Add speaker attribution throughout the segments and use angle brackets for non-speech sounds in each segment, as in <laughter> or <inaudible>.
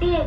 Speaker 1: 列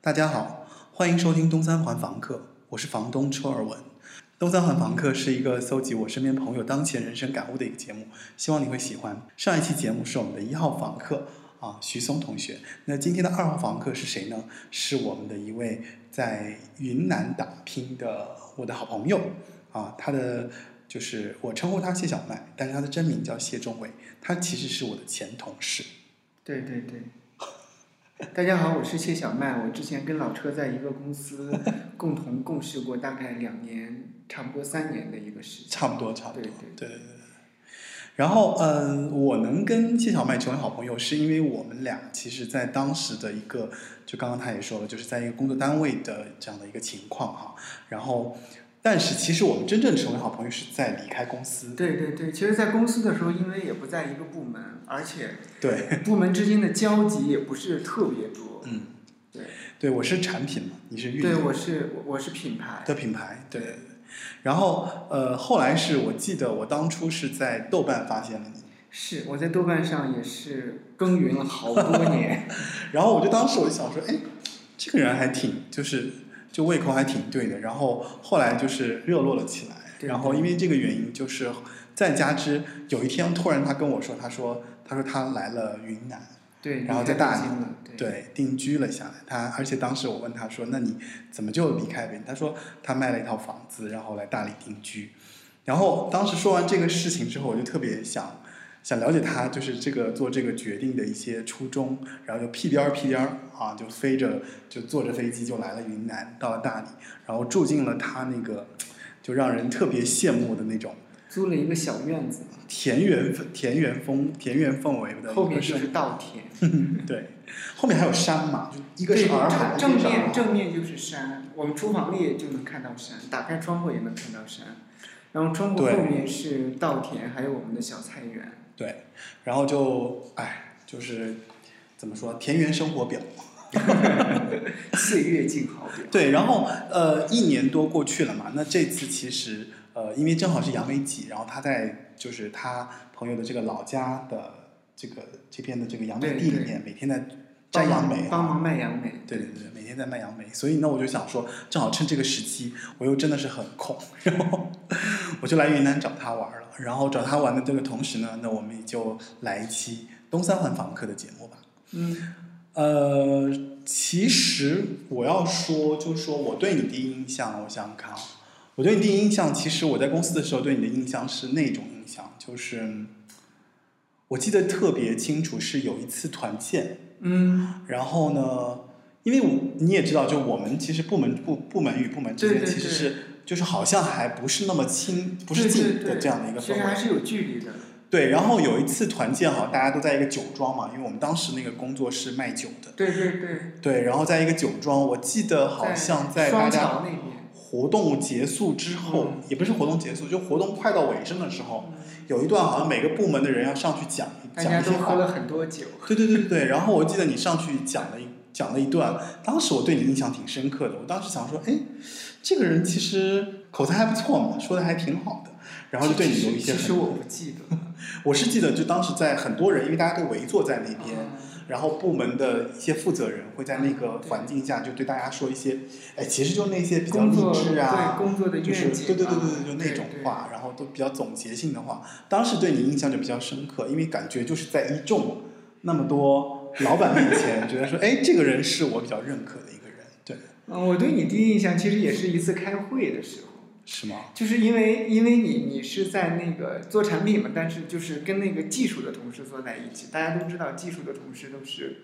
Speaker 2: 大家好，欢迎收听《东三环房客》，我是房东车尔文。《东三环房客》是一个搜集我身边朋友当前人生感悟的一个节目，希望你会喜欢。上一期节目是我们的一号房客啊，徐松同学。那今天的二号房客是谁呢？是我们的一位在云南打拼的我的好朋友啊，他的就是我称呼他谢小麦，但是他的真名叫谢仲伟，他其实是我的前同事。
Speaker 3: 对对对。大家好，我是谢小麦。我之前跟老车在一个公司共同共事过，大概两年，差不多三年的一个时间。
Speaker 2: 差不多，差不多，
Speaker 3: 对
Speaker 2: 对对对。然后，嗯、我能跟谢小麦成为好朋友，是因为我们俩其实，在当时的一个，就刚刚他也说了，就是在一个工作单位的这样的一个情况哈。然后，但是其实我们真正成为好朋友是在离开公司，
Speaker 3: 对对对，其实，在公司的时候，因为也不在一个部门，而且
Speaker 2: 对，
Speaker 3: 部门之间的交集也不是特别多。
Speaker 2: 嗯，
Speaker 3: 对，
Speaker 2: 对我是产品嘛，你是运营，
Speaker 3: 对，我是我我是品牌。
Speaker 2: 的品牌，对。对对然后，呃，后来是我记得我当初是在豆瓣发现了你，
Speaker 3: 是我在豆瓣上也是耕耘了好多
Speaker 2: <laughs>
Speaker 3: 年。
Speaker 2: 然后我就当时我就想说，哎，这个人还挺就是就胃口还挺对的。然后后来就是热络了起来。
Speaker 3: 对
Speaker 2: 然后因为这个原因，就是再加之有一天突然他跟我说，他说他说他来了云南，
Speaker 3: 对，
Speaker 2: 然后在
Speaker 3: 离开
Speaker 2: 大
Speaker 3: 北京
Speaker 2: 理
Speaker 3: 了。对
Speaker 2: 对，定居了下来。他而且当时我问他说，那你怎么就离开北京？他说他卖了一套房子，然后来大理定居。然后当时说完这个事情之后，我就特别想想了解他，就是这个做这个决定的一些初衷，然后就屁颠儿屁颠儿啊，就飞着就坐着飞机就来了云南，到了大理，然后住进了他那个就让人特别羡慕的那种
Speaker 3: 租了一个小院子，
Speaker 2: 田园田园风田园氛围的
Speaker 3: 后
Speaker 2: 一
Speaker 3: 面
Speaker 2: 个
Speaker 3: 就
Speaker 2: 生
Speaker 3: 是稻田。
Speaker 2: <laughs> 对，后面还有山嘛，就一个是
Speaker 3: 对
Speaker 2: 洱海，
Speaker 3: 正
Speaker 2: 一个是洱
Speaker 3: 正
Speaker 2: 海
Speaker 3: 面正面就是山，我们厨房里就能看到山，打开窗户也能看到山，然后窗户
Speaker 2: 对
Speaker 3: 后面是稻田，还有我们的小菜园。
Speaker 2: 对，然后就哎，就是怎么说田园生活表。
Speaker 3: 岁月静好
Speaker 2: <laughs>
Speaker 3: 表。
Speaker 2: 对，然后呃，一年多过去了嘛，那这次其实呃，因为正好是杨梅季，然后他在就是他朋友的这个老家的这个这边的这个杨梅
Speaker 3: 对
Speaker 2: 地里
Speaker 3: 对
Speaker 2: 面，每天在摘
Speaker 3: 帮
Speaker 2: 杨
Speaker 3: 忙
Speaker 2: 梅、
Speaker 3: 帮
Speaker 2: 啊。
Speaker 3: 忙卖杨梅。
Speaker 2: 对对对，每天在卖杨梅，所以呢，我就想说，正好趁这个时期，我又真的是很空，然后我就来云南找他玩了。然后找他玩的这个同时呢，那我们也就来一期东三环房客的节目吧。
Speaker 3: 嗯，
Speaker 2: 呃，其实我要说，就是说我对你第一印象，我想想看啊，我对你第一印象，其实我在公司的时候对你的印象是那种印象，就是嗯我记得特别清楚，是有一次团建，
Speaker 3: 嗯，
Speaker 2: 然后呢，因为我你也知道，就我们其实部门部部门与部门之
Speaker 3: 对
Speaker 2: 间
Speaker 3: 对
Speaker 2: 其实
Speaker 3: 对
Speaker 2: 是就是好像还不是那么亲，不是
Speaker 3: 对对
Speaker 2: 近
Speaker 3: 对
Speaker 2: 的这样的一个氛
Speaker 3: 其
Speaker 2: 围
Speaker 3: 实，还是有距离的。
Speaker 2: 对。然后有一次团建，好像大家都在一个酒庄嘛，因为我们当时那个工作是卖酒的。
Speaker 3: 对对对，
Speaker 2: 对，然后在一个酒庄，我记得好像在大
Speaker 3: 嗯双
Speaker 2: 家
Speaker 3: 桥那边。
Speaker 2: 活动结束之后，
Speaker 3: 嗯
Speaker 2: 也不是活动结束，就活动快到尾声的时候，
Speaker 3: 嗯
Speaker 2: 有一段好像每个部门的人要上去讲
Speaker 3: 大
Speaker 2: 讲
Speaker 3: 家
Speaker 2: 一些
Speaker 3: 都喝
Speaker 2: 话。
Speaker 3: 了很多酒，
Speaker 2: 对对对对对，然后我记得你上去讲了一讲了一段，当时我对你印象挺深刻的。我当时想说，哎，这个人其实口才还不错嘛，说的还挺好的，然后就对你有一些
Speaker 3: 其实其实
Speaker 2: 很。
Speaker 3: 我不记得了。
Speaker 2: 我是记得，就当时在很多人，因为大家都围坐在那边，
Speaker 3: 啊
Speaker 2: 然后部门的一些负责人会在那
Speaker 3: 嗯
Speaker 2: 个环境下就对大家说一些，哎，其实就那些比较
Speaker 3: 工
Speaker 2: 励
Speaker 3: 作
Speaker 2: 志啊，
Speaker 3: 对工作的
Speaker 2: 就是
Speaker 3: 愿景啊，
Speaker 2: 对对对对对，就那种
Speaker 3: 对对
Speaker 2: 话，然后都比较总结性的话。当时对你印象就比较深刻，因为感觉就是在一众那么多老板面前，觉得说，哎，这个人是我比较认可的一个人。对，
Speaker 3: 嗯，我对你第一印象其实也是一次开会的时候，
Speaker 2: 是吗？
Speaker 3: 就是因为因为你你是在那个做产品嘛，但是就是跟那个技术的同事坐在一起，大家都知道技术的同事都是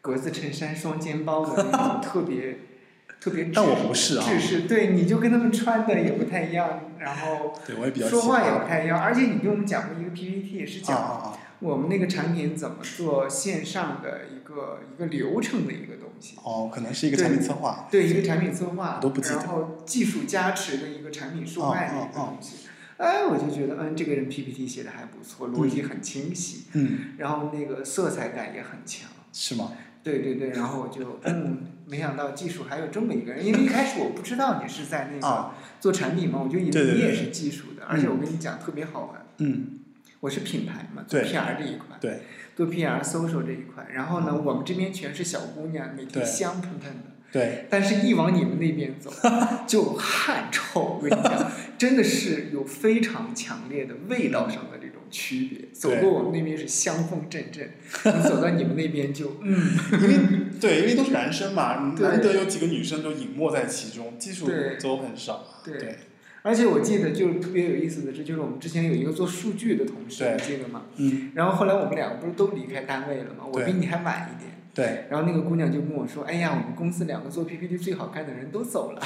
Speaker 3: 格子衬衫、双肩包的那种特别特别制
Speaker 2: 但我不是啊
Speaker 3: 制式，对，你就跟他们穿的也不太一样，然后
Speaker 2: 对我也比较
Speaker 3: 说
Speaker 2: 喜
Speaker 3: 话
Speaker 2: 欢
Speaker 3: 也不太一样，而且你给我们讲过一个 PPT 是
Speaker 2: 啊
Speaker 3: 讲
Speaker 2: 啊啊！
Speaker 3: 我们那个产品怎么做线上的一个一个流程的一个东西，
Speaker 2: 哦，可能是一个产品策划，
Speaker 3: 对一个产品策划
Speaker 2: 我都不，记得
Speaker 3: 然后技术加持的一个产品售卖的一个
Speaker 2: 哦哦哦
Speaker 3: 东西。哎，我就觉得，嗯，这个人 PPT 写的还不错，逻辑很清晰，
Speaker 2: 嗯，
Speaker 3: 然后那个色彩感也很强。
Speaker 2: 是吗？
Speaker 3: 对对对，然后我就嗯，没想到技术还有这么一个人，因为一开始我不知道你是在那个
Speaker 2: 啊
Speaker 3: 做产品嘛，我就以
Speaker 2: 对
Speaker 3: 为
Speaker 2: 对
Speaker 3: 你
Speaker 2: 对
Speaker 3: 也是技术的，而且我跟你讲特别好玩，
Speaker 2: 嗯，
Speaker 3: 我是品牌嘛，做
Speaker 2: 对
Speaker 3: PR 这一块。
Speaker 2: 对，
Speaker 3: 做 PR、social 这一块。然后呢，我们这边全是小姑娘，每
Speaker 2: 嗯对
Speaker 3: 天香喷喷的，
Speaker 2: 对，
Speaker 3: 但是一往你们那边
Speaker 2: <laughs>
Speaker 3: 走，就汗臭。我跟你讲，真的是有非常强烈的味道上的这种区别。走
Speaker 2: 对
Speaker 3: 过我们那边是香风阵阵，你走到你们那边
Speaker 2: <laughs>
Speaker 3: 就嗯，
Speaker 2: 因为对，因为都是男生嘛，
Speaker 3: 对
Speaker 2: 难得有几个女生都隐没在其中，技术
Speaker 3: 对
Speaker 2: 都很少嘛。
Speaker 3: 对
Speaker 2: 对，
Speaker 3: 而且我记得就是特别有意思的是，就是我们之前有一个做数据的同事，
Speaker 2: 对
Speaker 3: 你记得吗？
Speaker 2: 嗯，
Speaker 3: 然后后来我们两个不是都离开单位了吗？我
Speaker 2: 对
Speaker 3: 比你还晚一点。
Speaker 2: 对，
Speaker 3: 然后那个姑娘就跟我说：“哎呀，我们公司两个做 PPT 最好看的人都走了。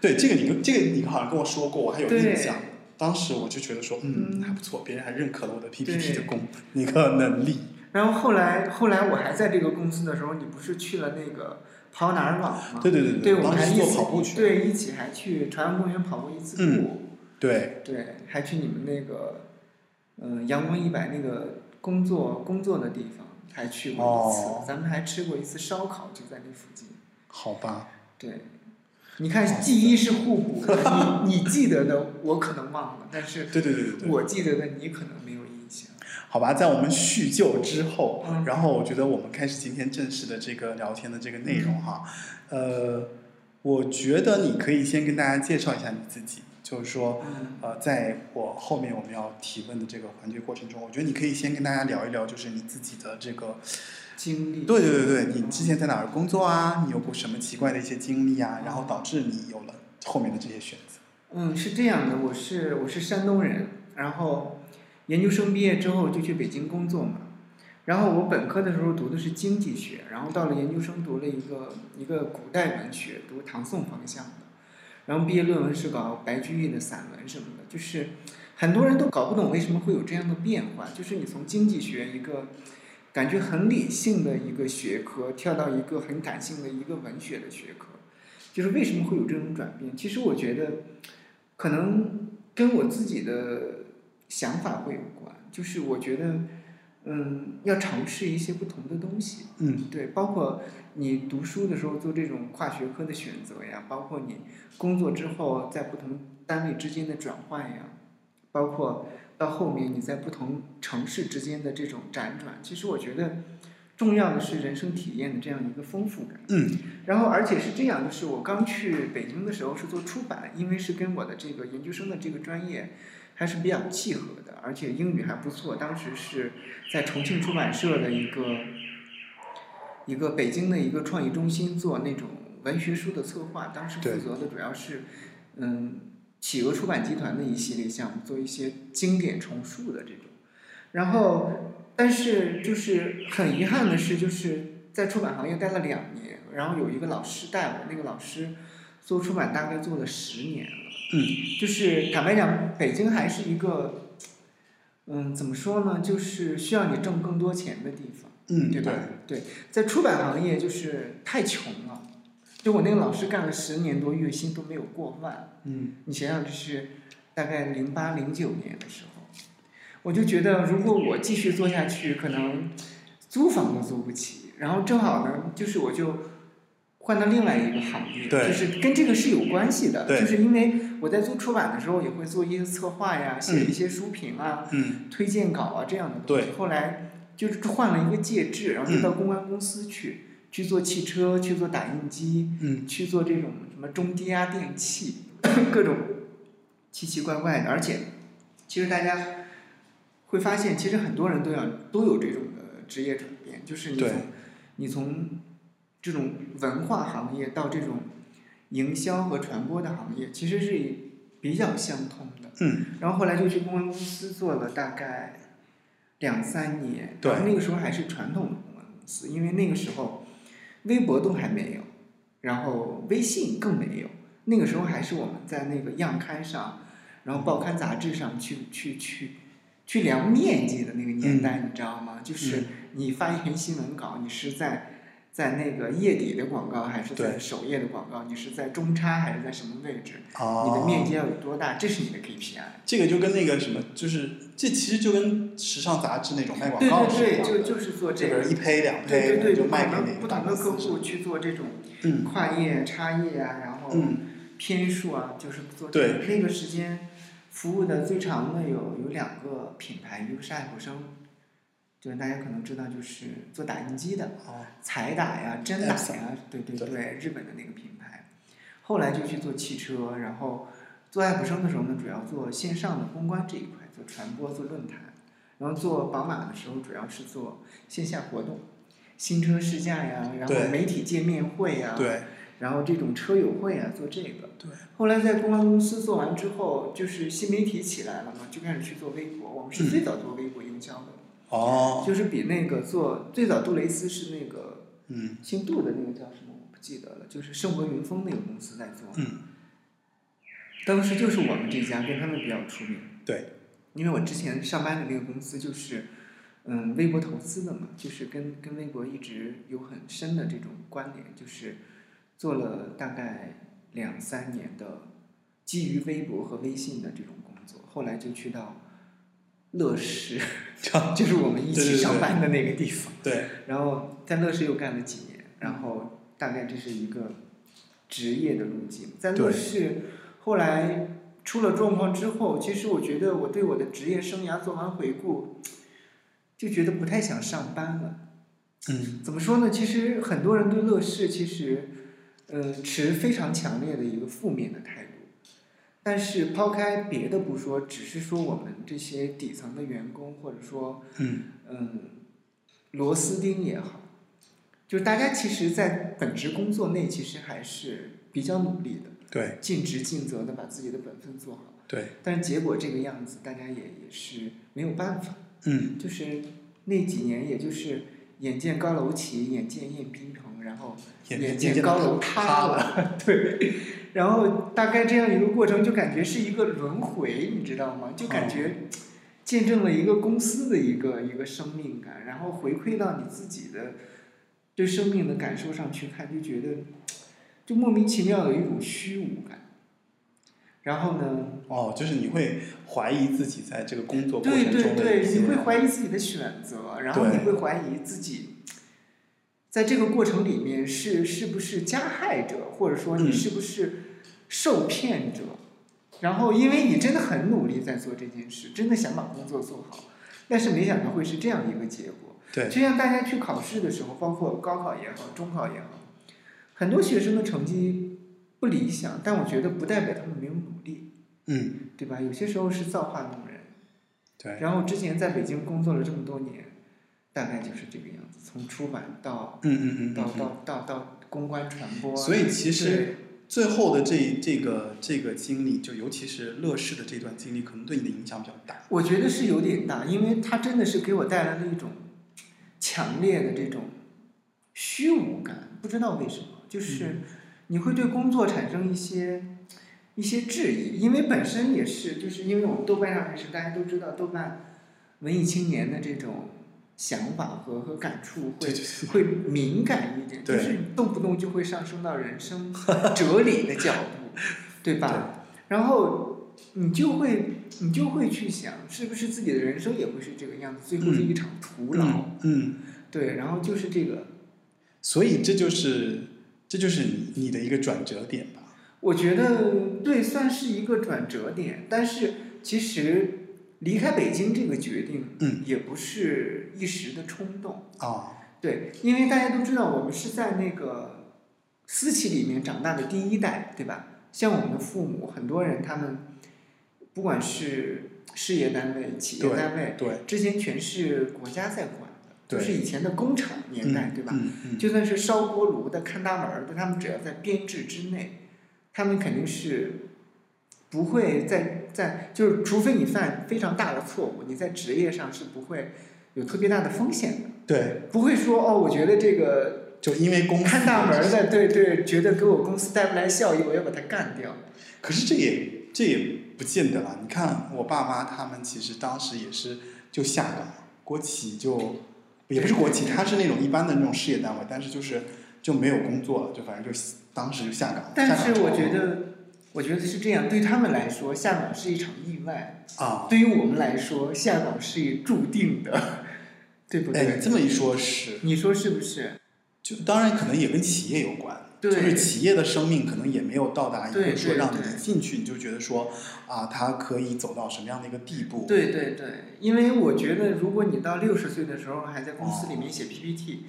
Speaker 2: 对，这个你这个你好像跟我说过，我还有
Speaker 3: 对
Speaker 2: 印象。当时我就觉得说，嗯，
Speaker 3: 嗯
Speaker 2: 还不错，别人还认可了我的 PPT
Speaker 3: 对
Speaker 2: 的功那个能力。”
Speaker 3: 然后后来后来我还在这个公司的时候，你不是去了那个跑哪儿网吗？
Speaker 2: 对对对
Speaker 3: 啊对，
Speaker 2: 我
Speaker 3: 我们
Speaker 2: 当
Speaker 3: 还
Speaker 2: 时
Speaker 3: 一
Speaker 2: 做
Speaker 3: 起
Speaker 2: 跑步去。嗯
Speaker 3: 对一起还去朝阳公园跑过一次步，
Speaker 2: 对
Speaker 3: 对，还去你们那个呃阳光一百那个工作工作的地方还去过一次，
Speaker 2: 哦
Speaker 3: 咱们还吃过一次烧烤，就在那附近。
Speaker 2: 好吧，
Speaker 3: 对，你
Speaker 2: 哦
Speaker 3: 看记忆是互补
Speaker 2: <laughs>
Speaker 3: 的，你你记得的我可能忘了，但是
Speaker 2: 对对对对对，
Speaker 3: 我记得的你可能没有印象。
Speaker 2: 好吧，在我们叙旧之后，
Speaker 3: 嗯
Speaker 2: 然后我觉得我们开始今天正式的这个聊天的这个内
Speaker 3: 嗯
Speaker 2: 容哈，呃，我觉得你可以先跟大家介绍一下你自己，就是说，
Speaker 3: 嗯
Speaker 2: 呃，在我后面我们要提问的这个环节过程中，我觉得你可以先跟大家聊一聊，就是你自己的这个
Speaker 3: 经历。
Speaker 2: 对对对对，你之前在哪儿工作啊？你有过什么奇怪的一些经历啊？然后导致你有了后面的这些选择。
Speaker 3: 嗯，是这样的，我是我是山东人，然后研究生毕业之后就去北京工作嘛。然后我本科的时候读的是经济学，然后到了研究生读了一个一个古代文学，读唐宋方向的。然后毕业论文是搞白居易的散文什么的，就是很多人都搞不懂为什么会有这样的变化，就是你从经济学一个感觉很理性的一个学科，跳到一个很感性的一个文学的学科，就是为什么会有这种转变？其实我觉得可能跟我自己的想法会有关，就是我觉得，嗯，要尝试一些不同的东西，
Speaker 2: 嗯，
Speaker 3: 对，包括你读书的时候做这种跨学科的选择呀，包括你工作之后在不同单位之间的转换呀，包括到后面你在不同城市之间的这种辗转，其实我觉得重要的是人生体验的这样一个丰富感。
Speaker 2: 嗯，
Speaker 3: 然后而且是这样，就是我刚去北京的时候是做出版，因为是跟我的这个研究生的这个专业还是比较契合的，而且英语还不错。当时是在重庆出版社的一个一个北京的一个创意中心做那种文学书的策划，当时
Speaker 2: 对
Speaker 3: 负责的主要是嗯企鹅出版集团的一系列项目，做一些经典重述的这种。然后，但是就是很遗憾的是，就是在出版行业待了两年，然后有一个老师带我，那个老师做出版大概做了十年了。
Speaker 2: 嗯，
Speaker 3: 就是坦白讲，北京还是一个，嗯，怎么说呢，就是需要你挣更多钱的地方。
Speaker 2: 嗯，
Speaker 3: 对
Speaker 2: 对
Speaker 3: 吧？对，在出版行业就是太穷了，就我那个老师干了十年多，月薪都没有过万。
Speaker 2: 嗯，
Speaker 3: 你想想，就是大概零八零九年的时候，我就觉得如果我继续做下去，可能租房都租不起。然后正好呢，就是我就换到另外一个行业，
Speaker 2: 对
Speaker 3: 就是跟这个是有关系的，
Speaker 2: 对
Speaker 3: 就是因为我在做出版的时候也会做一些策划呀，写一些书评啊，
Speaker 2: 嗯，
Speaker 3: 推荐稿啊这样的东西。后来就是换了一个介质，然后
Speaker 2: 嗯
Speaker 3: 就到公关公司去、去做汽车，去做打印机，
Speaker 2: 嗯，
Speaker 3: 去做这种什么中低压电器， <coughs> 各种奇奇怪怪的。而且，其实大家会发现，其实很多人都要都有这种的职业转变，就是你
Speaker 2: 对
Speaker 3: 从你从这种文化行业到这种营销和传播的行业，其实是比较相通的。
Speaker 2: 嗯，
Speaker 3: 然后后来就去公关公司做了大概两三年，
Speaker 2: 对
Speaker 3: 然后那个时候还是传统的公关公司，因为那个时候微博都还没有，然后微信更没有，那个时候还是我们在那个样刊上，然后报刊杂志上去去去去聊面积的那个年代，你知道吗？就是
Speaker 2: 嗯
Speaker 3: 你发一篇新闻稿，你是在。在那个页底的广告，还是在
Speaker 2: 对
Speaker 3: 首页的广告？你是在中插还是在什么位置？你的
Speaker 2: 哦，
Speaker 3: 面积要有多大？这是你的 KPI。
Speaker 2: 这个就跟那个什么，就是这其实就跟时尚杂志那种卖广
Speaker 3: 对
Speaker 2: 告是一
Speaker 3: 对对，
Speaker 2: 样
Speaker 3: 就
Speaker 2: 的，
Speaker 3: 就是做这
Speaker 2: 这
Speaker 3: 个
Speaker 2: 边。一胚两胚，
Speaker 3: 对对对，
Speaker 2: 就卖
Speaker 3: 不同
Speaker 2: 给嗯
Speaker 3: 的
Speaker 2: 哪
Speaker 3: 不
Speaker 2: 个
Speaker 3: 同
Speaker 2: 大
Speaker 3: 的
Speaker 2: 公司
Speaker 3: 客户去做这种
Speaker 2: 嗯
Speaker 3: 跨业、差业啊，然后
Speaker 2: 嗯，
Speaker 3: 篇数啊，就是做这个。
Speaker 2: 对
Speaker 3: 那个时间服务的最长的有有两个品牌，一个是爱普生，就是大家可能知道，就是做打印机的，
Speaker 2: 哦，
Speaker 3: 彩打呀、真打
Speaker 2: Epson
Speaker 3: 呀，对对
Speaker 2: 对
Speaker 3: 对，日本的那个品牌。后来就去做汽车，然后做爱普生的时候呢，主要做线上的公关这一块，做传播、做论坛。然后做宝马的时候，主要是做线下活动，新车试驾呀，然后
Speaker 2: 对
Speaker 3: 媒体见面会呀，
Speaker 2: 对
Speaker 3: 然后这种车友会啊，做这个。
Speaker 2: 对。
Speaker 3: 后来在公关公司做完之后，就是新媒体起来了嘛，就开始去做微博。我们是
Speaker 2: 嗯
Speaker 3: 最早做微博营销的，
Speaker 2: 哦，
Speaker 3: 就是比那个做最早杜蕾斯是那个
Speaker 2: 嗯
Speaker 3: 姓杜的那个叫什么，我不记得了，就是盛博云峰那个公司在做。
Speaker 2: 嗯，
Speaker 3: 当时就是我们这家跟他们比较出名，
Speaker 2: 对，
Speaker 3: 因为我之前上班的那个公司就是，嗯，微博投资的嘛，就是跟跟微博一直有很深的这种关联，就是做了大概两三年的基于微博和微信的这种工作，后来就去到乐视， <laughs> 就是我们一
Speaker 2: 对对
Speaker 3: 起
Speaker 2: 对
Speaker 3: 上班的那个地方。
Speaker 2: 对，
Speaker 3: 然后在乐视又干了几年，然后大概这是一个职业的路径。在乐
Speaker 2: 对
Speaker 3: 视后来出了状况之后，其实我觉得我对我的职业生涯做完回顾，就觉得不太想上班了。
Speaker 2: 嗯
Speaker 3: 怎么说呢？其实很多人对乐视其实，呃，持非常强烈的一个负面的态度。但是抛开别的不说，只是说我们这些底层的员工，或者说
Speaker 2: 嗯，
Speaker 3: 嗯，螺丝钉也好，就是大家其实，在本职工作内其实还是比较努力的，
Speaker 2: 对
Speaker 3: 尽职尽责的把自己的本分做好。
Speaker 2: 对，
Speaker 3: 但是结果这个样子，大家也也是没有办法。
Speaker 2: 嗯
Speaker 3: 就是那几年，也就是眼见高楼起，眼见宴宾朋，然后
Speaker 2: 眼
Speaker 3: 眼
Speaker 2: 见
Speaker 3: 见高楼塌了， <laughs> 对。然后大概这样一个过程，就感觉是一个轮回，你知道吗？就感觉见证了一个公司的一个一个生命感，然后回馈到你自己的对生命的感受上去看，就觉得就莫名其妙有一种虚无感。然后呢，
Speaker 2: 哦，就是你会怀疑自己在这个工作过
Speaker 3: 对
Speaker 2: 程
Speaker 3: 对
Speaker 2: 中的一
Speaker 3: 对，
Speaker 2: 些
Speaker 3: 你会怀疑自己的选择，然后
Speaker 2: 对
Speaker 3: 你会怀疑自己在这个过程里面是是不是加害者，或者说你
Speaker 2: 嗯
Speaker 3: 是不是受骗者。然后，因为你真的很努力在做这件事，真的想把工作做好，但是没想到会是这样一个结果。
Speaker 2: 对
Speaker 3: 就像大家去考试的时候，包括高考也好，中考也好，很多学生的成绩不理想，但我觉得不代表他们没有努力，
Speaker 2: 嗯
Speaker 3: 对吧？有些时候是造化弄人。
Speaker 2: 对
Speaker 3: 然后之前在北京工作了这么多年，大概就是这个样子，从出版到
Speaker 2: 嗯嗯嗯
Speaker 3: 到
Speaker 2: 嗯嗯，
Speaker 3: 到到到公关传播，
Speaker 2: 所以其实
Speaker 3: 对
Speaker 2: 最后的这这个这个经历，就尤其是乐视的这段经历，可能对你的影响比较大。
Speaker 3: 我觉得是有点大，因为它真的是给我带来了一种强烈的这种虚无感，不知道为什么，就是
Speaker 2: 嗯
Speaker 3: 你会对工作产生一些一些质疑，因为本身也是，就是因为我们豆瓣上还是大家都知道，豆瓣文艺青年的这种想法和和感触会
Speaker 2: 对对对
Speaker 3: 会敏感一点，就
Speaker 2: 对
Speaker 3: 是动不动就会上升到人生哲理的角
Speaker 2: <laughs>
Speaker 3: 度，对吧？然后你就会你就会去想，是不是自己的人生也会是这个样子，最后是一场徒劳。
Speaker 2: 嗯嗯，
Speaker 3: 对，然后就是这个，
Speaker 2: 所以这就是这就是你你的一个转折点吧。
Speaker 3: 我觉得对，算是一个转折点，但是其实。离开北京这个决定，
Speaker 2: 嗯，
Speaker 3: 也不是一时的冲动，
Speaker 2: 啊，
Speaker 3: 对，因为大家都知道，我们是在那个私企里面长大的第一代，对吧？像我们的父母，很多人他们不管是事业单位、企业
Speaker 2: 对
Speaker 3: 单位，
Speaker 2: 对，
Speaker 3: 之前全是国家在管的，就
Speaker 2: 对
Speaker 3: 是以前的工厂年代，
Speaker 2: 嗯
Speaker 3: 对吧？
Speaker 2: 嗯嗯，
Speaker 3: 就算是烧锅炉的、看大门儿的，他们只要在编制之内，他们肯定是不会在在就是，除非你犯非常大的错误，你在职业上是不会有特别大的风险的，
Speaker 2: 对，
Speaker 3: 不会说哦，我觉得这个
Speaker 2: 就因为公司
Speaker 3: 看大门儿的，对对，觉得给我公司带不来效益，我要把它干掉。
Speaker 2: 可是这也这也不见得啦。你看我爸妈他们其实当时也是就下岗，国企就也不是国企，他是那种一般的那种事业单位，但是就是就没有工作了，就反正就当时就下岗。
Speaker 3: 但
Speaker 2: 下岗之
Speaker 3: 是
Speaker 2: 后
Speaker 3: 我觉得，我觉得是这样，对他们来说，下岗是一场意外；
Speaker 2: 啊，
Speaker 3: 对于我们来说，下岗是一注定的， <laughs> 对不
Speaker 2: 哎，
Speaker 3: 对？
Speaker 2: 你这么一说是，
Speaker 3: 你说是不是？
Speaker 2: 就当然可能也跟企业有关。
Speaker 3: 对
Speaker 2: 就是企业的生命可能也没有到达一
Speaker 3: 对
Speaker 2: 个说
Speaker 3: 对
Speaker 2: 让
Speaker 3: 对
Speaker 2: 你进去你就觉得说啊，它可以走到什么样的一个地步？
Speaker 3: 对对对，因为我觉得，如果你到六十岁的时候还在公司里面写
Speaker 2: <laughs>
Speaker 3: PPT，、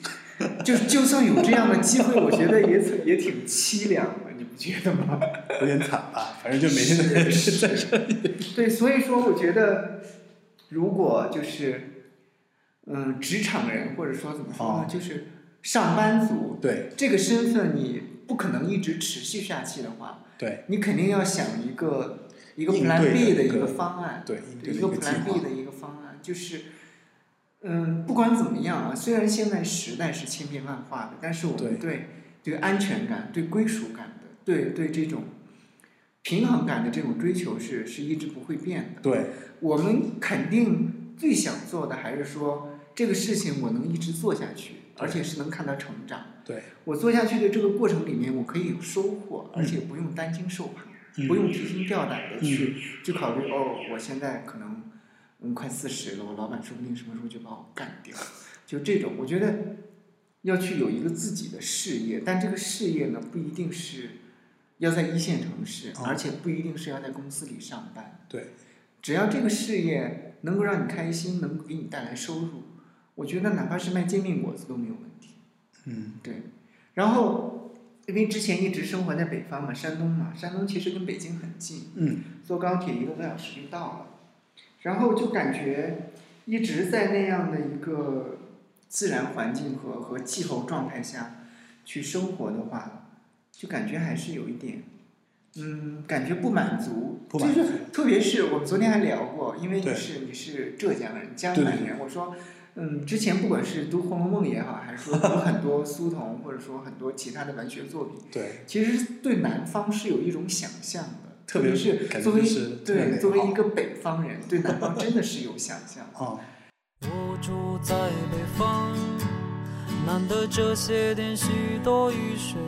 Speaker 3: 就就算有这样的机会，我觉得也挺也挺凄凉的，你不觉得吗？
Speaker 2: 有点惨吧，反正就每天
Speaker 3: <laughs>
Speaker 2: 都在
Speaker 3: 是是对，所以说我觉得，如果就是，嗯，职场人或者说怎么说呢，
Speaker 2: 哦
Speaker 3: 就是上班
Speaker 2: <laughs>
Speaker 3: 族
Speaker 2: 对
Speaker 3: 这个身份，你不可能一直持续下去的话，
Speaker 2: 对
Speaker 3: 你肯定要想一个一个
Speaker 2: 应
Speaker 3: Plan
Speaker 2: 对
Speaker 3: B
Speaker 2: 的
Speaker 3: 的一
Speaker 2: 一个
Speaker 3: 个方案，
Speaker 2: 对，应对的
Speaker 3: 对一
Speaker 2: 一
Speaker 3: 个
Speaker 2: 个计
Speaker 3: Plan B
Speaker 2: 划。
Speaker 3: 的一个方案，就是，嗯，不管怎么样啊，虽然现在时代是千变万化的，但是我们对对安全感、对归属感的、对对这种平衡感的这种追求是是一直不会变的。
Speaker 2: 对，
Speaker 3: 我们肯定最想做的还是说这个事情我能一直做下去，而且是能看到成长。
Speaker 2: 对，
Speaker 3: 我做下去的这个过程里面，我可以有收获，
Speaker 2: 嗯
Speaker 3: 而且不用担惊受怕。
Speaker 2: 嗯
Speaker 3: 不用提心吊胆的去、去考虑哦，我现在可能嗯快四十了，我老板说不定什么时候就把我干掉，就这种，我觉得要去有一个自己的事业，但这个事业呢不一定是要在一线城市，
Speaker 2: 哦
Speaker 3: 而且不一定是要在公司里上班，
Speaker 2: 对，
Speaker 3: 只要这个事业能够让你开心，能够给你带来收入，我觉得哪怕是卖煎饼果子都没有问题。
Speaker 2: 嗯，
Speaker 3: 对，然后因为之前一直生活在北方嘛，山东嘛，山东其实跟北京很近，
Speaker 2: 嗯，
Speaker 3: 坐高铁一个多小时就到了，然后就感觉一直在那样的一个自然环境和和气候状态下去生活的话，就感觉还是有一点，嗯，感觉不满足，
Speaker 2: 不满足
Speaker 3: 就是特别是我们昨天还聊过，因为
Speaker 2: 对
Speaker 3: 你是你是浙江人，江
Speaker 2: 对
Speaker 3: 南
Speaker 2: 对
Speaker 3: 人，我说。嗯，之前不管是读《红楼梦》也好，还是说读很多苏童，或者说很多其他的文学作品，
Speaker 2: 对，
Speaker 3: 其实对南方是有一种想象的，
Speaker 2: 特
Speaker 3: 特
Speaker 2: 别
Speaker 3: 别是
Speaker 2: 感觉
Speaker 3: 作为
Speaker 2: 就是特别美
Speaker 3: 对作为
Speaker 2: 好
Speaker 3: 一个北方人，对南方真的是有想象的。 <laughs>
Speaker 2: 哦，
Speaker 4: 我住在北方，难得这些天许多雨水。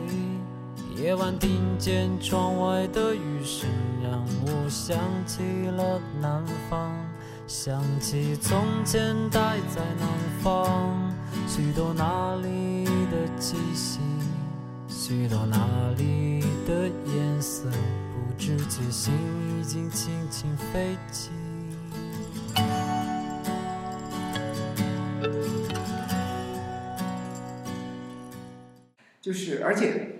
Speaker 4: 夜晚听见窗外的雨声，让我想起了南方，想起从前待在南方，许多那里的气息，许多那里的颜色，不知觉心已经轻轻飞起。
Speaker 3: 就是而且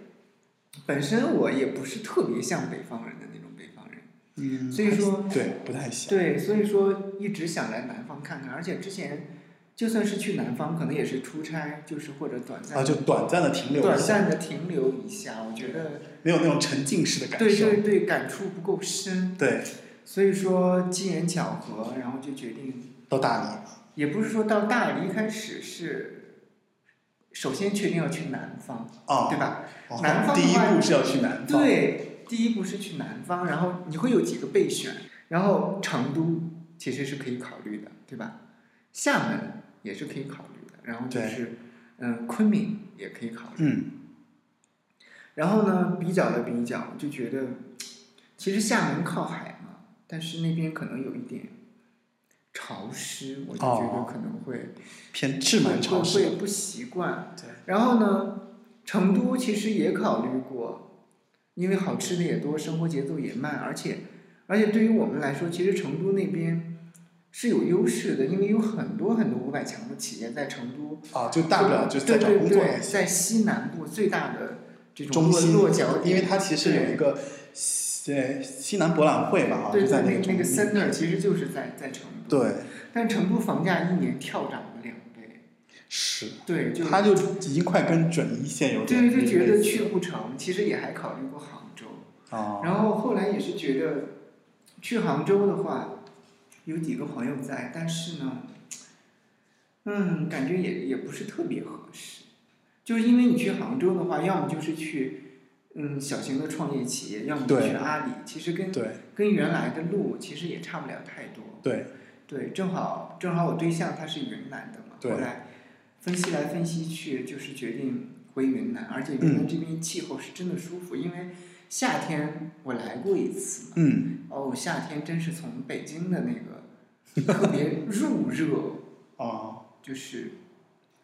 Speaker 3: 本身我也不是特别像北方人的那种北方人，
Speaker 2: 嗯，
Speaker 3: 所以说
Speaker 2: 对不太行，
Speaker 3: 对，所以说一直想来南方看看，而且之前就算是去南方，可能也是出差，就是或者短暂
Speaker 2: 啊，就短暂的停留一
Speaker 3: 短
Speaker 2: 下，
Speaker 3: 暂的停留一下，我觉得
Speaker 2: 没有那种沉浸式的感受。
Speaker 3: 对对对，感触不够深，
Speaker 2: 对
Speaker 3: 所以说机缘巧合，然后就决定
Speaker 2: 到大理了，
Speaker 3: 也不是说到大理一开始是，首先确定要去南方，
Speaker 2: 哦，
Speaker 3: 对吧？
Speaker 2: 哦
Speaker 3: 南方的
Speaker 2: 第一
Speaker 3: 话
Speaker 2: 步是要去南方，，
Speaker 3: 对，第一步是去南方，然后你会有几个备选，然后成都其实是可以考虑的，对吧？厦门也是可以考虑的，然后就
Speaker 2: 对
Speaker 3: 是嗯，昆明也可以考虑。
Speaker 2: 嗯，
Speaker 3: 然后呢，比较了比较，就觉得其实厦门靠海嘛，但是那边可能有一点潮湿，我就觉得
Speaker 2: 哦
Speaker 3: 可能会。
Speaker 2: 偏是蛮潮湿
Speaker 3: 会
Speaker 2: 的，
Speaker 3: 会不习惯。
Speaker 2: 对
Speaker 3: 然后呢，成都其实也考虑过，因为好吃的也多，生活节奏也慢，而且而且对于我们来说，其实成都那边是有优势的，因为有很多很多五百强的企业在成都，
Speaker 2: 啊，就大不了就是在
Speaker 3: 对
Speaker 2: 找
Speaker 3: 对
Speaker 2: 工作
Speaker 3: 对，
Speaker 2: 也行
Speaker 3: 在西南部最大的这种
Speaker 2: 中
Speaker 3: 落
Speaker 2: 心
Speaker 3: 落脚，点，
Speaker 2: 因为它其实有一
Speaker 3: 对
Speaker 2: 个西呃西南博览会吧，好像
Speaker 3: 对
Speaker 2: 就
Speaker 3: 对
Speaker 2: 在
Speaker 3: 那
Speaker 2: 个
Speaker 3: 那个
Speaker 2: 中心，
Speaker 3: center 其实就是在在成都，
Speaker 2: 对，
Speaker 3: 但成都房价一年跳涨了两倍，
Speaker 2: 是，
Speaker 3: 对，就
Speaker 2: 它就已经快跟准一线有点
Speaker 3: 对，就觉得
Speaker 2: 类似
Speaker 3: 去不成，其实也还考虑过杭州，
Speaker 2: 哦，
Speaker 3: 然后后来也是觉得，去杭州的话，有几个朋友在，但是呢，嗯，感觉也也不是特别合适，就是因为你去杭州的话，要么就是去嗯小型的创业企业，要么就
Speaker 2: 对
Speaker 3: 去阿里，其实跟
Speaker 2: 对
Speaker 3: 跟原来的路其实也差不了太多。
Speaker 2: 对
Speaker 3: 对，正好正好我对象他是云南的嘛，
Speaker 2: 对
Speaker 3: 后来分析来分析去，就是决定回云南，而且
Speaker 2: 嗯
Speaker 3: 云南这边气候是真的舒服，因为夏天我来过一次嘛，
Speaker 2: 嗯
Speaker 3: 哦，夏天真是从北京的那个特别入热，
Speaker 2: 哦
Speaker 3: 就是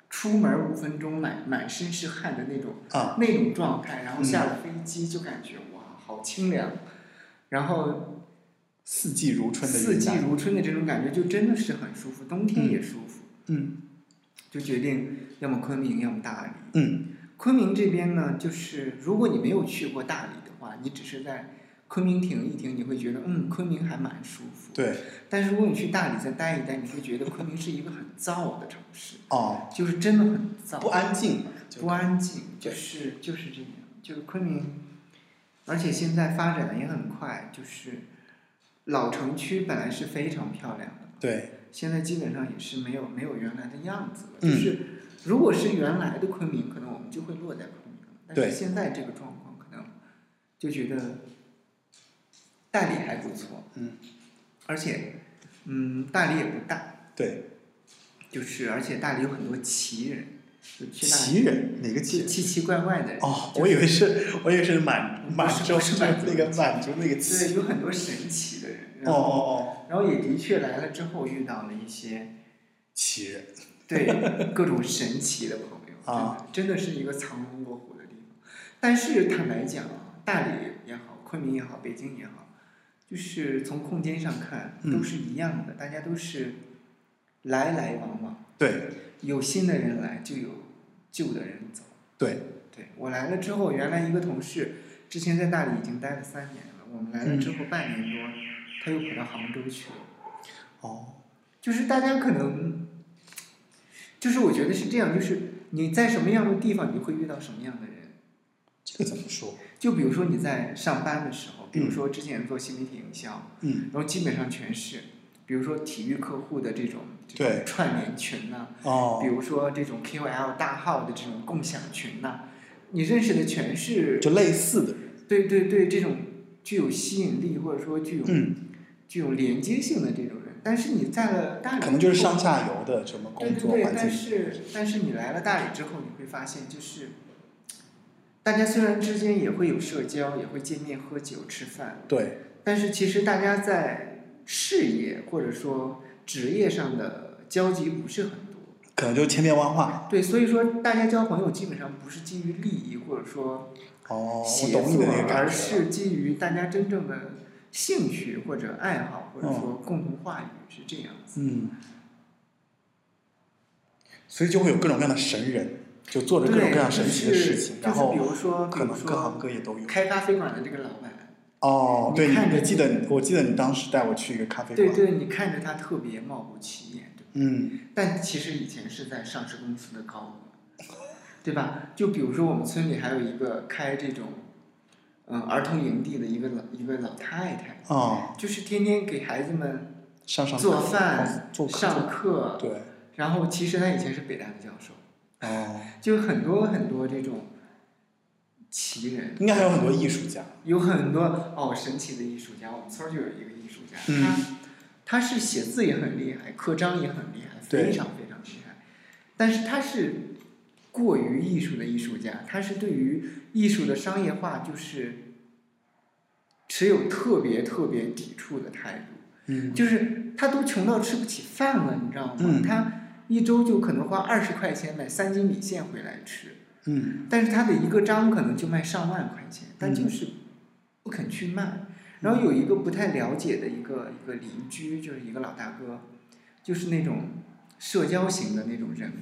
Speaker 3: 出门五分钟满满身是汗的那种
Speaker 2: 啊
Speaker 3: 那种状态，然后
Speaker 2: 嗯
Speaker 3: 下了飞机就感觉哇，好清凉，然后
Speaker 2: 四季如春的
Speaker 3: 四
Speaker 2: 云
Speaker 3: 季
Speaker 2: 南，
Speaker 3: 如春的这种感觉就真的是很舒服，冬天也舒服，
Speaker 2: 嗯
Speaker 3: 就决定要么昆明，要么大理。
Speaker 2: 嗯
Speaker 3: 昆明这边呢，就是如果你没有去过大理的话，你只是在昆明停一停，你会觉得嗯，昆明还蛮舒服。
Speaker 2: 对
Speaker 3: 但是如果你去大理再待一待，你会觉得昆明是一个很燥的城市，
Speaker 2: 哦
Speaker 3: 就是真的很燥，
Speaker 2: 不安静就
Speaker 3: 不安静，
Speaker 2: 对
Speaker 3: 就是就是这样，就是昆明，而且现在发展的也很快，就是老城区本来是非常漂亮的，
Speaker 2: 对
Speaker 3: 现在基本上也是没有没有原来的样子了。
Speaker 2: 嗯
Speaker 3: 就是如果是原来的昆明，可能我们就会落在昆明了。但
Speaker 2: 对
Speaker 3: 是现在这个状况，可能就觉得大理还不错。
Speaker 2: 嗯，
Speaker 3: 而且，嗯，大理也不大，
Speaker 2: 对
Speaker 3: 就是而且大理有很多奇人，就去那里
Speaker 2: 奇人哪个奇
Speaker 3: 奇
Speaker 2: 人？
Speaker 3: 奇奇怪怪的人。
Speaker 2: 哦，我以为是，我以为是满
Speaker 3: 不是
Speaker 2: 满洲
Speaker 3: 不是满
Speaker 2: 那
Speaker 3: 洲
Speaker 2: 个满洲那个
Speaker 3: 对，
Speaker 2: 奇。
Speaker 3: 有很多神奇的人。
Speaker 2: 哦
Speaker 3: 然后
Speaker 2: 哦哦，
Speaker 3: 然后也的确来了之后遇到了一些
Speaker 2: 奇人。
Speaker 3: 对各种神奇的朋友，真的、
Speaker 2: 啊
Speaker 3: 真的是一个藏龙卧虎的地方。但是坦白讲啊，大理也好，昆明也好，北京也好，就是从空间上看
Speaker 2: 嗯
Speaker 3: 都是一样的，大家都是来来往往，
Speaker 2: 对
Speaker 3: 有新的人来就有旧的人走。
Speaker 2: 对，
Speaker 3: 对我来了之后，原来一个同事之前在大理已经待了三年了，我们来了之
Speaker 2: 嗯
Speaker 3: 后半年多，他又回到杭州去了。
Speaker 2: 哦
Speaker 3: 就是大家可能，就是我觉得是这样，就是你在什么样的地方，你会遇到什么样的人。
Speaker 2: 这个怎么说？
Speaker 3: 就比如说你在上班的时候，比如说之前做新媒体营销，
Speaker 2: 嗯
Speaker 3: 然后基本上全是，比如说体育客户的这种这
Speaker 2: 对
Speaker 3: 种串联群呐、
Speaker 2: 哦
Speaker 3: 比如说这种 KOL 大号的这种共享群呐、你认识的全是
Speaker 2: 就类似的人。
Speaker 3: 对对对这种具有吸引力或者说具有、
Speaker 2: 嗯，
Speaker 3: 具有连接性的这种人，但是你在了大理之后，
Speaker 2: 可能就是上下游的什么
Speaker 3: 对
Speaker 2: 工
Speaker 3: 对
Speaker 2: 作
Speaker 3: 对，
Speaker 2: 环
Speaker 3: 但
Speaker 2: 境。
Speaker 3: 是但是你来了大理之后，你会发现就是，大家虽然之间也会有社交，也会见面喝酒吃饭，
Speaker 2: 对
Speaker 3: 但是其实大家在事业或者说职业上的交集不是很多。
Speaker 2: 可能就千变万化。
Speaker 3: 对，所以说大家交朋友基本上不是基于利益或者说
Speaker 2: 哦，我
Speaker 3: 协
Speaker 2: 懂你
Speaker 3: 作
Speaker 2: 的那个，感
Speaker 3: 而
Speaker 2: 觉了。
Speaker 3: 是基于大家真正的兴趣或者爱好，或者
Speaker 2: 嗯
Speaker 3: 说共同话语是这样子。
Speaker 2: 嗯，所以就会有各种各样的神人，就做着各种各样神奇的事情，
Speaker 3: 对就
Speaker 2: 然
Speaker 3: 是就是
Speaker 2: 后
Speaker 3: 比如说，比
Speaker 2: 可
Speaker 3: 如
Speaker 2: 能各行
Speaker 3: 说
Speaker 2: 各业都有。
Speaker 3: 开咖啡馆的这个老板，
Speaker 2: 哦，对，
Speaker 3: 你看
Speaker 2: 你
Speaker 3: 着
Speaker 2: 我记得你，我记得你当时带我去一个咖啡
Speaker 3: 对
Speaker 2: 馆。
Speaker 3: 对，你看着他特别貌不起眼，对吧
Speaker 2: 嗯，
Speaker 3: 但其实以前是在上市公司的高管，对吧？就比如说我们村里还有一个开这种，嗯，儿童营地的一个老一个老太太，
Speaker 2: 哦，
Speaker 3: 就是天天给孩子们
Speaker 2: 上上
Speaker 3: 做
Speaker 2: 课哦
Speaker 3: 饭、
Speaker 2: 做课
Speaker 3: 上课，
Speaker 2: 对，
Speaker 3: 然后其实他以前是北大的教授，
Speaker 2: 哦，
Speaker 3: 就很多很多这种奇人，
Speaker 2: 应该还有很多艺术家。
Speaker 3: 有很多哦神奇的艺术家，我们村儿就有一个艺术家，
Speaker 2: 嗯
Speaker 3: 他他是写字也很厉害，刻章也很厉害，
Speaker 2: 对
Speaker 3: 非常非常厉害，但是他是过于艺术的艺术家，他是对于艺术的商业化就是持有特别特别抵触的态度，
Speaker 2: 嗯，
Speaker 3: 就是他都穷到吃不起饭了，你知道吗？
Speaker 2: 嗯
Speaker 3: 他一周就可能花二十块钱买三斤米线回来吃，
Speaker 2: 嗯，
Speaker 3: 但是他的一个章可能就卖上万块钱，但
Speaker 2: 嗯
Speaker 3: 就是不肯去卖。然后有一个不太了解的一个一个邻居，就是一个老大哥，就是那种社交型的那种
Speaker 2: <laughs>
Speaker 3: 人，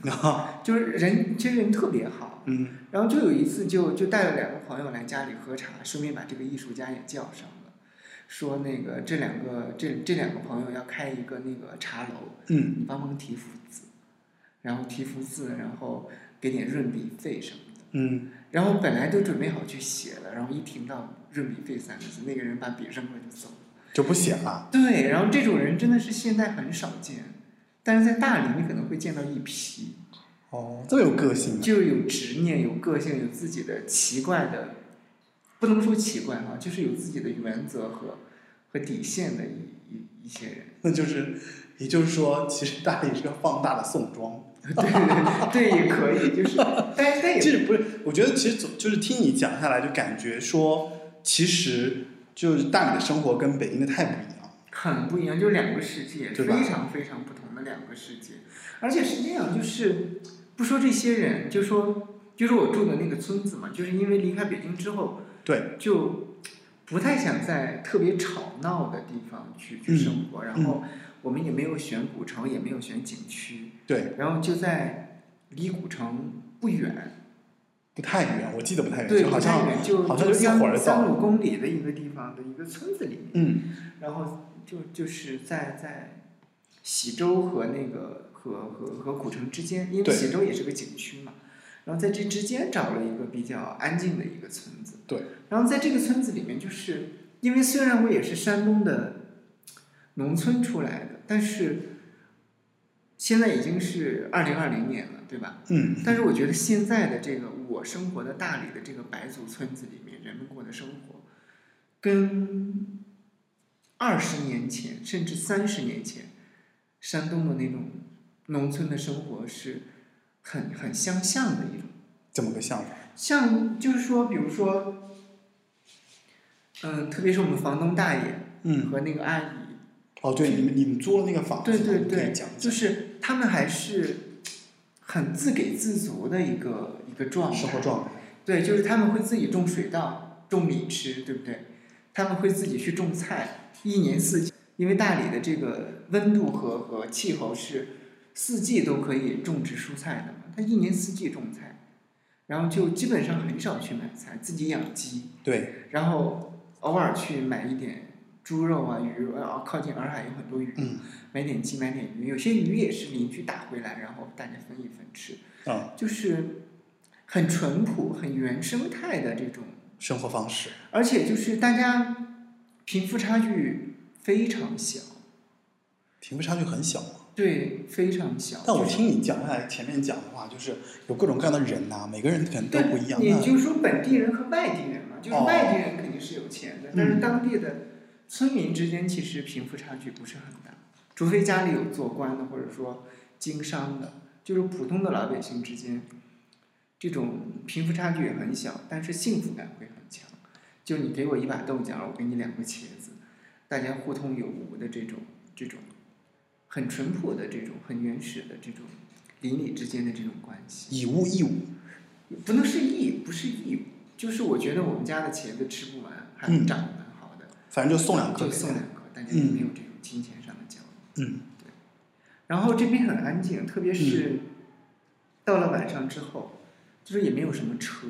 Speaker 3: 就是人其实人特别好。
Speaker 2: 哦嗯，
Speaker 3: 然后就有一次就就带了两个朋友来家里喝茶，顺便把这个艺术家也叫上了，说那个这两个这这两个朋友要开一个那个茶楼，
Speaker 2: 嗯，
Speaker 3: 你帮忙提福字，然后提福字，然后给点润笔费什么的。
Speaker 2: 嗯，
Speaker 3: 然后本来都准备好去写了，然后一听到润笔费三个字，那个人把笔扔了就走了。
Speaker 2: 就不写了。
Speaker 3: 对，然后这种人真的是现在很少见，但是在大理你可能会见到一批，
Speaker 2: 哦，这么有个性啊。
Speaker 3: 就有执念、有个性、有自己的奇怪的，不能说奇怪啊，就是有自己的原则和和底线的一一一些人。 <laughs>
Speaker 2: 那就是，也就是说，其实大理是个放大的宋庄。
Speaker 3: 对对，也可以，就是，但是但也
Speaker 2: 其实不是，我觉得其实总就是听你讲下来，就感觉说，其实就是大理的生活跟北京的太不一样。
Speaker 3: 很不一样，就是两个世界，
Speaker 2: 对吧
Speaker 3: 非常非常不同的两个世界。而且是这样，就是不说这些人，就说就是我住的那个村子嘛，就是因为离开北京之后，
Speaker 2: 对，
Speaker 3: 就不太想在特别吵闹的地方去
Speaker 2: 嗯
Speaker 3: 去生活。然后我们也没有选古城，也没有选景区，
Speaker 2: 对，
Speaker 3: 然后就在离古城不远，
Speaker 2: 不太远，我记得不太远，
Speaker 3: 对，
Speaker 2: 哎就好
Speaker 3: 不
Speaker 2: 像
Speaker 3: 太远就
Speaker 2: 好像
Speaker 3: 就
Speaker 2: 一
Speaker 3: 三
Speaker 2: 会儿就到
Speaker 3: 三
Speaker 2: 了。
Speaker 3: 五公里的一个地方的一个村子里面。
Speaker 2: 嗯，
Speaker 3: 然后就就是在在喜洲和那个和和和古城之间，因为
Speaker 2: 对
Speaker 3: 喜洲也是个景区嘛，然后在这之间找了一个比较安静的一个村子。
Speaker 2: 对。
Speaker 3: 然后在这个村子里面，就是因为虽然我也是山东的农村出来的，但是现在已经是二零二零年了，对吧？
Speaker 2: 嗯，
Speaker 3: 但是我觉得现在的这个我生活的大理的这个白族村子里面，人们过的生活，跟二十年前甚至三十年前山东的那种农村的生活是很很相像的一种。
Speaker 2: 怎么个像法？
Speaker 3: 像就是说，比如说，嗯、特别是我们房东大爷
Speaker 2: 嗯，
Speaker 3: 和那个阿姨，
Speaker 2: 哦，对，你们你们租了那个房子
Speaker 3: 对
Speaker 2: 吗，
Speaker 3: 对
Speaker 2: 可
Speaker 3: 对
Speaker 2: 以讲一下
Speaker 3: 就是他们还是很自给自足的一个一个状态。
Speaker 2: 生活状态。
Speaker 3: 对，就是他们会自己种水稻、种米吃，对不对？他们会自己去种菜，一年四季，因为大理的这个温度和和气候是四季都可以种植蔬菜的嘛，他一年四季种菜，然后就基本上很少去买菜，自己养鸡，
Speaker 2: 对，
Speaker 3: 然后偶尔去买一点猪肉啊、鱼肉啊，靠近洱海有很多鱼，
Speaker 2: 嗯，
Speaker 3: 买点鸡、买点鱼，有些鱼也是邻居打回来，然后大家分一分吃。
Speaker 2: 啊，
Speaker 3: 就是很淳朴、很原生态的这种，
Speaker 2: 生活方式。
Speaker 3: 而且就是大家贫富差距非常小，
Speaker 2: 贫富差距很小嘛，
Speaker 3: 对，非常小。
Speaker 2: 但我
Speaker 3: 就是
Speaker 2: 听你讲下来，前面讲的话，就是有各种各样的人呐、每个人可能都
Speaker 3: 对，
Speaker 2: 不一样。
Speaker 3: 也
Speaker 2: 那
Speaker 3: 就是说本地人和外地人嘛，就是
Speaker 2: 哦嗯
Speaker 3: 外地人肯定是有钱的，但是当地的村民之间其实贫富差距不是很大，除非家里有做官的或者说经商的，就是普通的老百姓之间，这种贫富差距也很小，但是幸福感会很强。就你给我一把豆角，我给你两个茄子，大家互通有无的这种这种很淳朴的这种很原始的这种邻里之间的这种关系。
Speaker 2: 以物易物，
Speaker 3: 不能是义，不是义务，就是我觉得我们家的茄子吃不完，还
Speaker 2: 嗯
Speaker 3: 长得蛮好的，
Speaker 2: 反正就送两颗
Speaker 3: 就
Speaker 2: 给
Speaker 3: 送
Speaker 2: 他
Speaker 3: 两。颗，大家就没有这种金钱上的交易。
Speaker 2: 嗯，
Speaker 3: 然后这边很安静，特别是到了晚上之后，就是也没有什么车，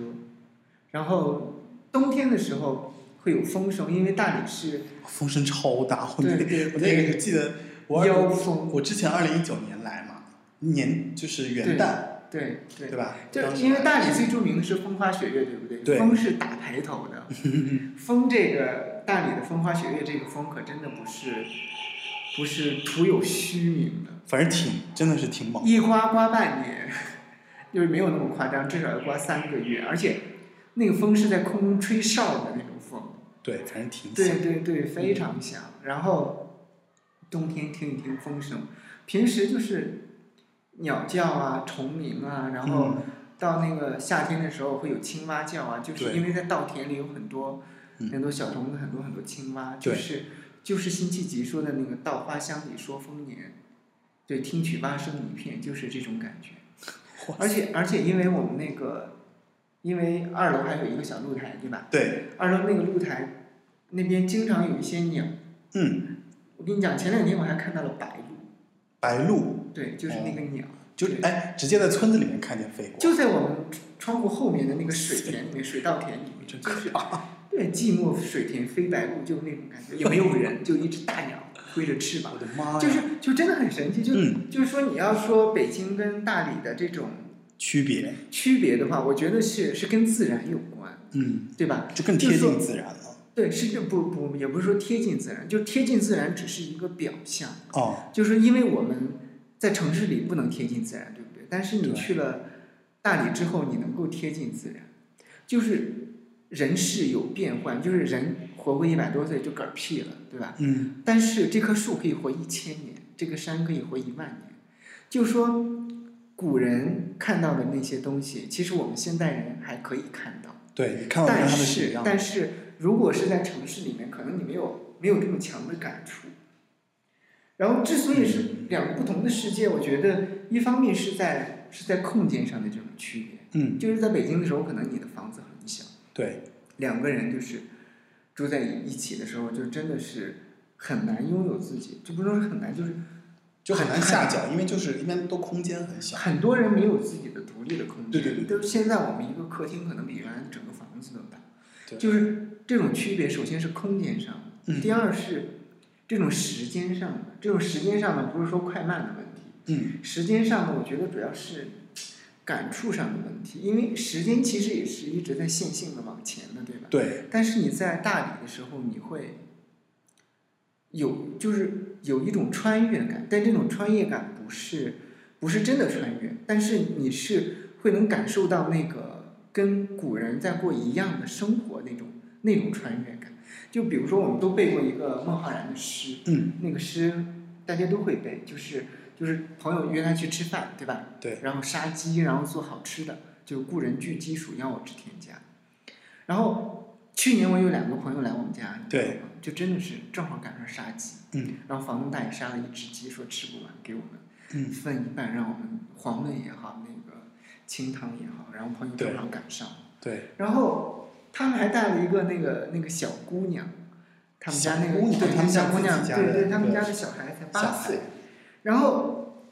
Speaker 3: 然后冬天的时候会有风声，因为大理是
Speaker 2: 风声超大，我那
Speaker 3: 对
Speaker 2: 个
Speaker 3: 对
Speaker 2: 哦我那个
Speaker 3: 对
Speaker 2: 记得我二
Speaker 3: 妖风，
Speaker 2: 我之前二零一九年来嘛，年就是元旦，
Speaker 3: 对
Speaker 2: 对
Speaker 3: 对。
Speaker 2: 吧？
Speaker 3: 就
Speaker 2: 当时
Speaker 3: 因为大理最著名的是风花雪月，对不对？
Speaker 2: 对
Speaker 3: 风是打排头
Speaker 2: <laughs>
Speaker 3: 的，风这个大理的风花雪月这个风可真的不是，不是徒有虚名的，
Speaker 2: 反正挺真的是挺猛，
Speaker 3: 一刮刮半年， <laughs> 就是没有那么夸张，至少要刮三个月，而且那个风是在空中吹哨的那种风，
Speaker 2: 对，反正挺
Speaker 3: 对
Speaker 2: 响。
Speaker 3: 对对，非
Speaker 2: 嗯
Speaker 3: 常响。然后冬天听一听风声，平时就是鸟叫啊、虫鸣啊，然后
Speaker 2: 嗯
Speaker 3: 到那个夏天的时候会有青蛙叫啊，就是
Speaker 2: 对
Speaker 3: 因为在稻田里有很多
Speaker 2: 嗯
Speaker 3: 很多小虫子，很多很多青蛙，
Speaker 2: 对
Speaker 3: 就是就是辛弃疾说的那个“稻花香里说丰年”，对，听取蛙声一片，就是这种感觉。
Speaker 2: 哇
Speaker 3: 而且而且，因为我们那个，因为二楼还有一个小露台，对吧？
Speaker 2: 对，
Speaker 3: 二楼那个露台那边经常有一些鸟。
Speaker 2: 嗯，
Speaker 3: 我跟你讲，前两天我还看到了白鹭，
Speaker 2: 白鹭
Speaker 3: 对，就是那个鸟，
Speaker 2: 哦就
Speaker 3: 对
Speaker 2: 哎，直接在村子里面看见飞过，
Speaker 3: 就在我们窗户后面的那个水田里面，水稻田里面，
Speaker 2: 真
Speaker 3: 就
Speaker 2: 可
Speaker 3: 是
Speaker 2: 怕。
Speaker 3: <laughs> 对寂寞水田飞白鹭，就是那种感觉，也没有人，就一只大鸟挥着翅膀
Speaker 2: 我，哦的妈呀！
Speaker 3: 就是就真的很神奇，就、
Speaker 2: 嗯
Speaker 3: 就是说你要说北京跟大理的这种
Speaker 2: 区别？
Speaker 3: 区别的话，我觉得是是跟自然有关，
Speaker 2: 嗯，
Speaker 3: 对吧？
Speaker 2: 就更贴近自然了。
Speaker 3: 对，是这不不也不是说贴近自然，就贴近自然只是一个表象，
Speaker 2: 哦，
Speaker 3: 就是因为我们在城市里不能贴近自然，对不对？但是你
Speaker 2: 对
Speaker 3: 去了大理之后，你能够贴近自然，就是人世有变幻，就是人活过一百多岁就嗝屁了，对吧？
Speaker 2: 嗯，
Speaker 3: 但是这棵树可以活一千年，这个山可以活一万年。就说古人看到的那些东西，其实我们现代人还可以看到，
Speaker 2: 对，你看我哦
Speaker 3: 但
Speaker 2: 跟他们是一
Speaker 3: 是
Speaker 2: 样的。
Speaker 3: 但是如果是在城市里面，可能你没有没有这么强的感触。然后，之所以
Speaker 2: 嗯
Speaker 3: 是两个不同的世界，我觉得一方面是在是在空间上的这种区别，
Speaker 2: 嗯，
Speaker 3: 就是在北京的时候，可能你的房子很小。
Speaker 2: 对，
Speaker 3: 两个人就是住在一起的时候，就真的是很难拥有自己，就不是说很难，就是
Speaker 2: 就很难下脚，因为就是一般都空间很小。
Speaker 3: 很多人没有自己的独立的空间。
Speaker 2: 对对对
Speaker 3: 就是现在我们一个客厅可能比原来整个房子都大。
Speaker 2: 对
Speaker 3: 就是这种区别，首先是空间上的，
Speaker 2: 嗯
Speaker 3: 第二是这种时间上的。这种时间上的不是说快慢的问题，
Speaker 2: 嗯，
Speaker 3: 时间上的我觉得主要是。感触上的问题，因为时间其实也是一直在线性的往前的，对吧？
Speaker 2: 对，
Speaker 3: 但是你在大理的时候，你会有就是有一种穿越感，但这种穿越感不是不是真的穿越，但是你是会能感受到那个跟古人在过一样的生活那种那种穿越感。就比如说，我们都背过一个孟浩然的诗，
Speaker 2: 嗯，
Speaker 3: 那个诗大家都会背，就是就是朋友约他去吃饭，对吧？
Speaker 2: 对，
Speaker 3: 然后杀鸡，然后做好吃的，就是故人具鸡黍，邀我至田家。然后去年我有两个朋友来我们家，你知道
Speaker 2: 对
Speaker 3: 吗，就真的是正好赶上杀鸡，
Speaker 2: 嗯
Speaker 3: 然后房东大爷杀了一只鸡，说吃不完，给我们
Speaker 2: 嗯，
Speaker 3: 分一半，让我们黄焖也好，那个清汤也好，然后朋友
Speaker 2: 对
Speaker 3: 正好赶上，
Speaker 2: 对，
Speaker 3: 然后他们还带了一个那个那个小姑娘，他们家那
Speaker 2: 小
Speaker 3: 个
Speaker 2: 姑娘
Speaker 3: 对
Speaker 2: 他们家
Speaker 3: 小姑娘，
Speaker 2: 自己家
Speaker 3: 对对，
Speaker 2: 的
Speaker 3: 他们
Speaker 2: 对
Speaker 3: 家的小孩才
Speaker 2: 小
Speaker 3: 八
Speaker 2: 孩
Speaker 3: 岁，然后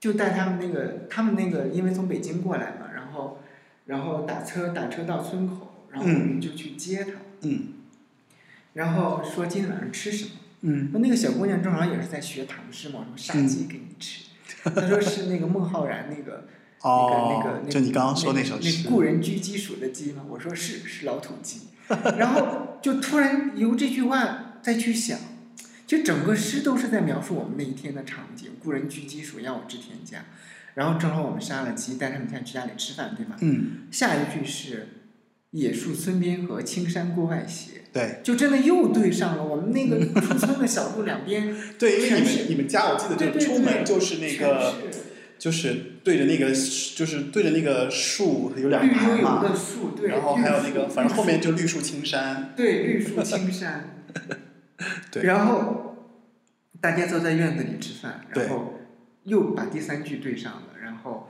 Speaker 3: 就带他们那个他们那个，因为从北京过来嘛，然后然后打车打车到村口，然后我们就去接他，
Speaker 2: 嗯
Speaker 3: 然后说今天晚上吃什么。
Speaker 2: 嗯，
Speaker 3: 那那个小姑娘正好也是在学唐诗嘛，我说杀鸡给你吃，她说是那个孟浩然那个。那个那
Speaker 2: 哦
Speaker 3: 个，
Speaker 2: 就你刚刚说
Speaker 3: 那
Speaker 2: 首
Speaker 3: 那
Speaker 2: 诗，
Speaker 3: 故人居鸡黍的鸡吗？我说是，是老土鸡。然后就突然由这句话再去想，就整个诗都是在描述我们那一天的场景。故人居鸡黍，邀我至田家。然后正好我们杀了鸡，带他们现在去家里吃饭，对吗？
Speaker 2: 嗯，
Speaker 3: 下一句是“野树村边合，青山郭外斜
Speaker 2: 对”，
Speaker 3: 就真的又对上了。我们
Speaker 2: <laughs>
Speaker 3: 那个出村的小路两边
Speaker 2: 对，因为你
Speaker 3: 全是
Speaker 2: 们你们家我记得
Speaker 3: 对
Speaker 2: 就
Speaker 3: 对
Speaker 2: 出
Speaker 3: 对
Speaker 2: 门就是那个
Speaker 3: 全是
Speaker 2: 就是对着那个就是对着那个树有两
Speaker 3: 绿油
Speaker 2: 排
Speaker 3: 油
Speaker 2: 嘛，
Speaker 3: 的树，对，
Speaker 2: 然后还有那
Speaker 3: 绿
Speaker 2: 个
Speaker 3: 树
Speaker 2: 反正后面就绿树青山，。
Speaker 3: 对，绿树青山
Speaker 2: <laughs> 对
Speaker 3: 然后大家都在院子里吃饭，
Speaker 2: 对
Speaker 3: 然后又把第三句对上了，然后，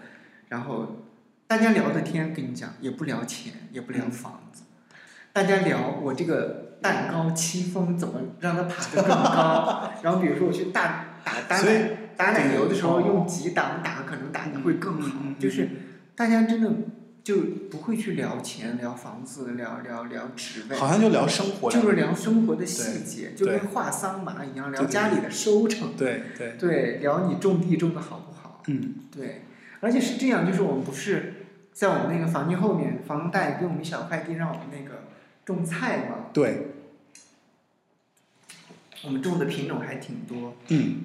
Speaker 3: 然后大家聊的天，跟你讲也不聊钱，也不聊房子，大家聊我这个蛋糕戚风怎么让它爬得更
Speaker 2: <laughs>
Speaker 3: 高，然后比如说我去大打打
Speaker 2: 所以
Speaker 3: 奶打奶油的时候
Speaker 2: 对
Speaker 3: 用几档打，可能打的会更好，
Speaker 2: 嗯嗯嗯
Speaker 3: 就是大家真的。就不会去聊钱、聊房子、聊聊聊职位，
Speaker 2: 好像就聊生活，
Speaker 3: 就是聊生活的细节，就跟画桑麻一样，聊
Speaker 2: 对
Speaker 3: 家里的收成，
Speaker 2: 对对，
Speaker 3: 对，聊你种地种的好不好，
Speaker 2: 嗯
Speaker 3: 对，而且是这样，就是我们不是在我们那个房间后面，房东大爷给我们一小块地让我们那个种菜嘛，
Speaker 2: 对，
Speaker 3: 我们种的品种还挺多，
Speaker 2: 嗯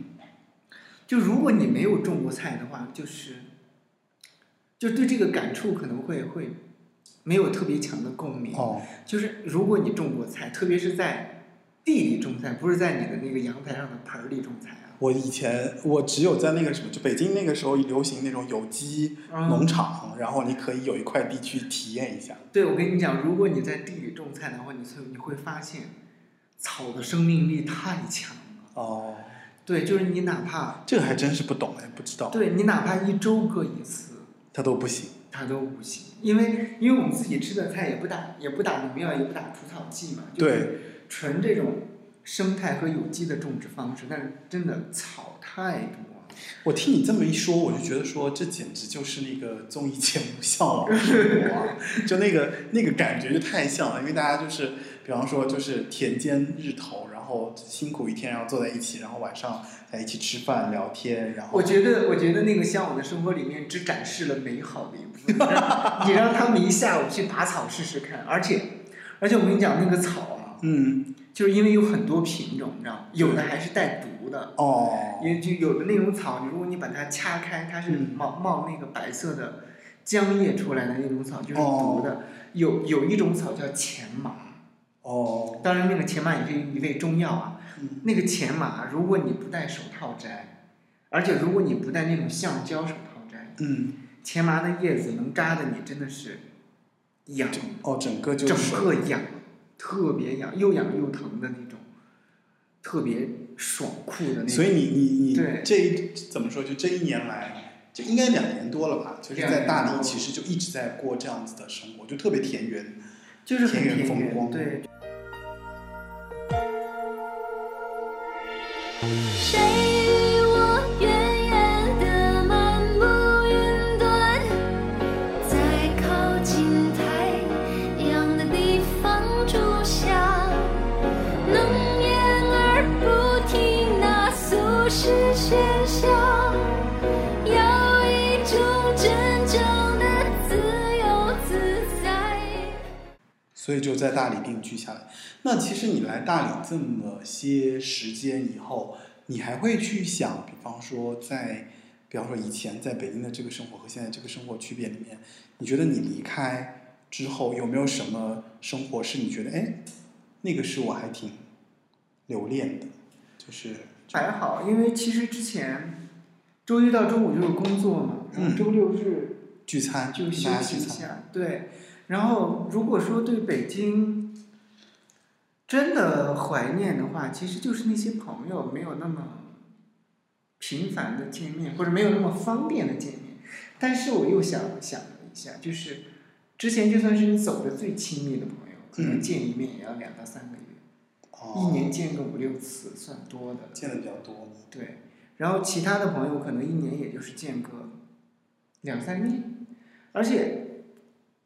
Speaker 3: 就如果你没有种过菜的话，就是就对这个感触可能会会没有特别强的共鸣，
Speaker 2: 哦
Speaker 3: 就是如果你种过菜，特别是在地里种菜，不是在你的那个阳台上的盆儿里种菜啊。
Speaker 2: 我以前我只有在那个什么，就北京那个时候流行那种有机
Speaker 3: 嗯
Speaker 2: 农场，然后你可以有一块地去体验一下。
Speaker 3: 对，我跟你讲，如果你在地里种菜的话，你会你会发现，草的生命力太强了。
Speaker 2: 哦，
Speaker 3: 对，就是你哪怕
Speaker 2: 这个还真是不懂哎，不知道，
Speaker 3: 对你哪怕一周割一次，
Speaker 2: 它都不行。
Speaker 3: 它都不行，因为因为我们自己吃的菜也不打也不打农药，也不打除草剂嘛，就是纯这种生态和有机的种植方式。但是真的草太多了。
Speaker 2: 我听你这么一说，我就觉得说这简直就是那个综艺节目《向
Speaker 3: <laughs>
Speaker 2: 往的生活》啊，就那个那个感觉就太像了，因为大家就是，比方说就是田间日头，然后后辛苦一天，然后坐在一起，然后晚上在一起吃饭聊天，然后
Speaker 3: 我觉得，我觉得那个《向往的生活》里面只展示了美好的一部分， <laughs> 你让他们一下午去拔草试试看，而且，而且我跟你讲，那个草啊，
Speaker 2: 嗯
Speaker 3: 就是因为有很多品种，你知道吗？有的还是带毒的，
Speaker 2: 哦
Speaker 3: 因为就有的那种草，你如果你把它掐开，它是
Speaker 2: 嗯
Speaker 3: 冒冒那个白色的浆液出来的那种草，就是
Speaker 2: 哦
Speaker 3: 毒的。有有一种草叫钱麻，
Speaker 2: 哦
Speaker 3: 当然那个钱麻也是一味中药啊。
Speaker 2: 嗯
Speaker 3: 那个钱麻，如果你不戴手套摘，而且如果你不戴那种橡胶手套摘，
Speaker 2: 嗯
Speaker 3: 钱麻的叶子能扎的你真的是痒，
Speaker 2: 哦，整个就
Speaker 3: 整
Speaker 2: 是
Speaker 3: 个痒，特别痒，又痒又疼的那种，特别爽酷的那种。
Speaker 2: 所以你你你
Speaker 3: 对
Speaker 2: 这一怎么说？就这一年来，就应该两年多了吧？就是
Speaker 3: 两年
Speaker 2: 在大理，
Speaker 3: 多
Speaker 2: 其实就一直在过这样子的生活，就特别田园。
Speaker 3: 就是很
Speaker 2: 田园
Speaker 3: 田
Speaker 2: 风光
Speaker 3: 园，对，
Speaker 5: 谁与我远远地漫步云端，在靠近太阳的地方住下，浓烟而不停那俗世喧嚣，要一种真正的自由自在。
Speaker 2: 所以就在大理定居下来。那其实你来大理这么些时间以后，你还会去想，比方说在，比方说以前在北京的这个生活和现在这个生活区别里面，你觉得你离开之后有没有什么生活是你觉得哎，那个是我还挺留恋的，就是
Speaker 3: 还好，因为其实之前周一到周五就是工作嘛，然
Speaker 2: 嗯
Speaker 3: 后周六日
Speaker 2: 聚餐，
Speaker 3: 就休
Speaker 2: 大家
Speaker 3: 息
Speaker 2: 聚
Speaker 3: 一
Speaker 2: 餐，
Speaker 3: 下，对。然后如果说对北京真的怀念的话，其实就是那些朋友没有那么频繁的见面，或者没有那么方便的见面。但是我又想想了一下，就是之前就算是你走的最亲密的朋友，可能
Speaker 2: 嗯
Speaker 3: 见一面也要两到三个月，
Speaker 2: 哦、
Speaker 3: 一年见个五六次算多的了。
Speaker 2: 见的比较多。
Speaker 3: 对，然后其他的朋友可能一年也就是见个两三面，而且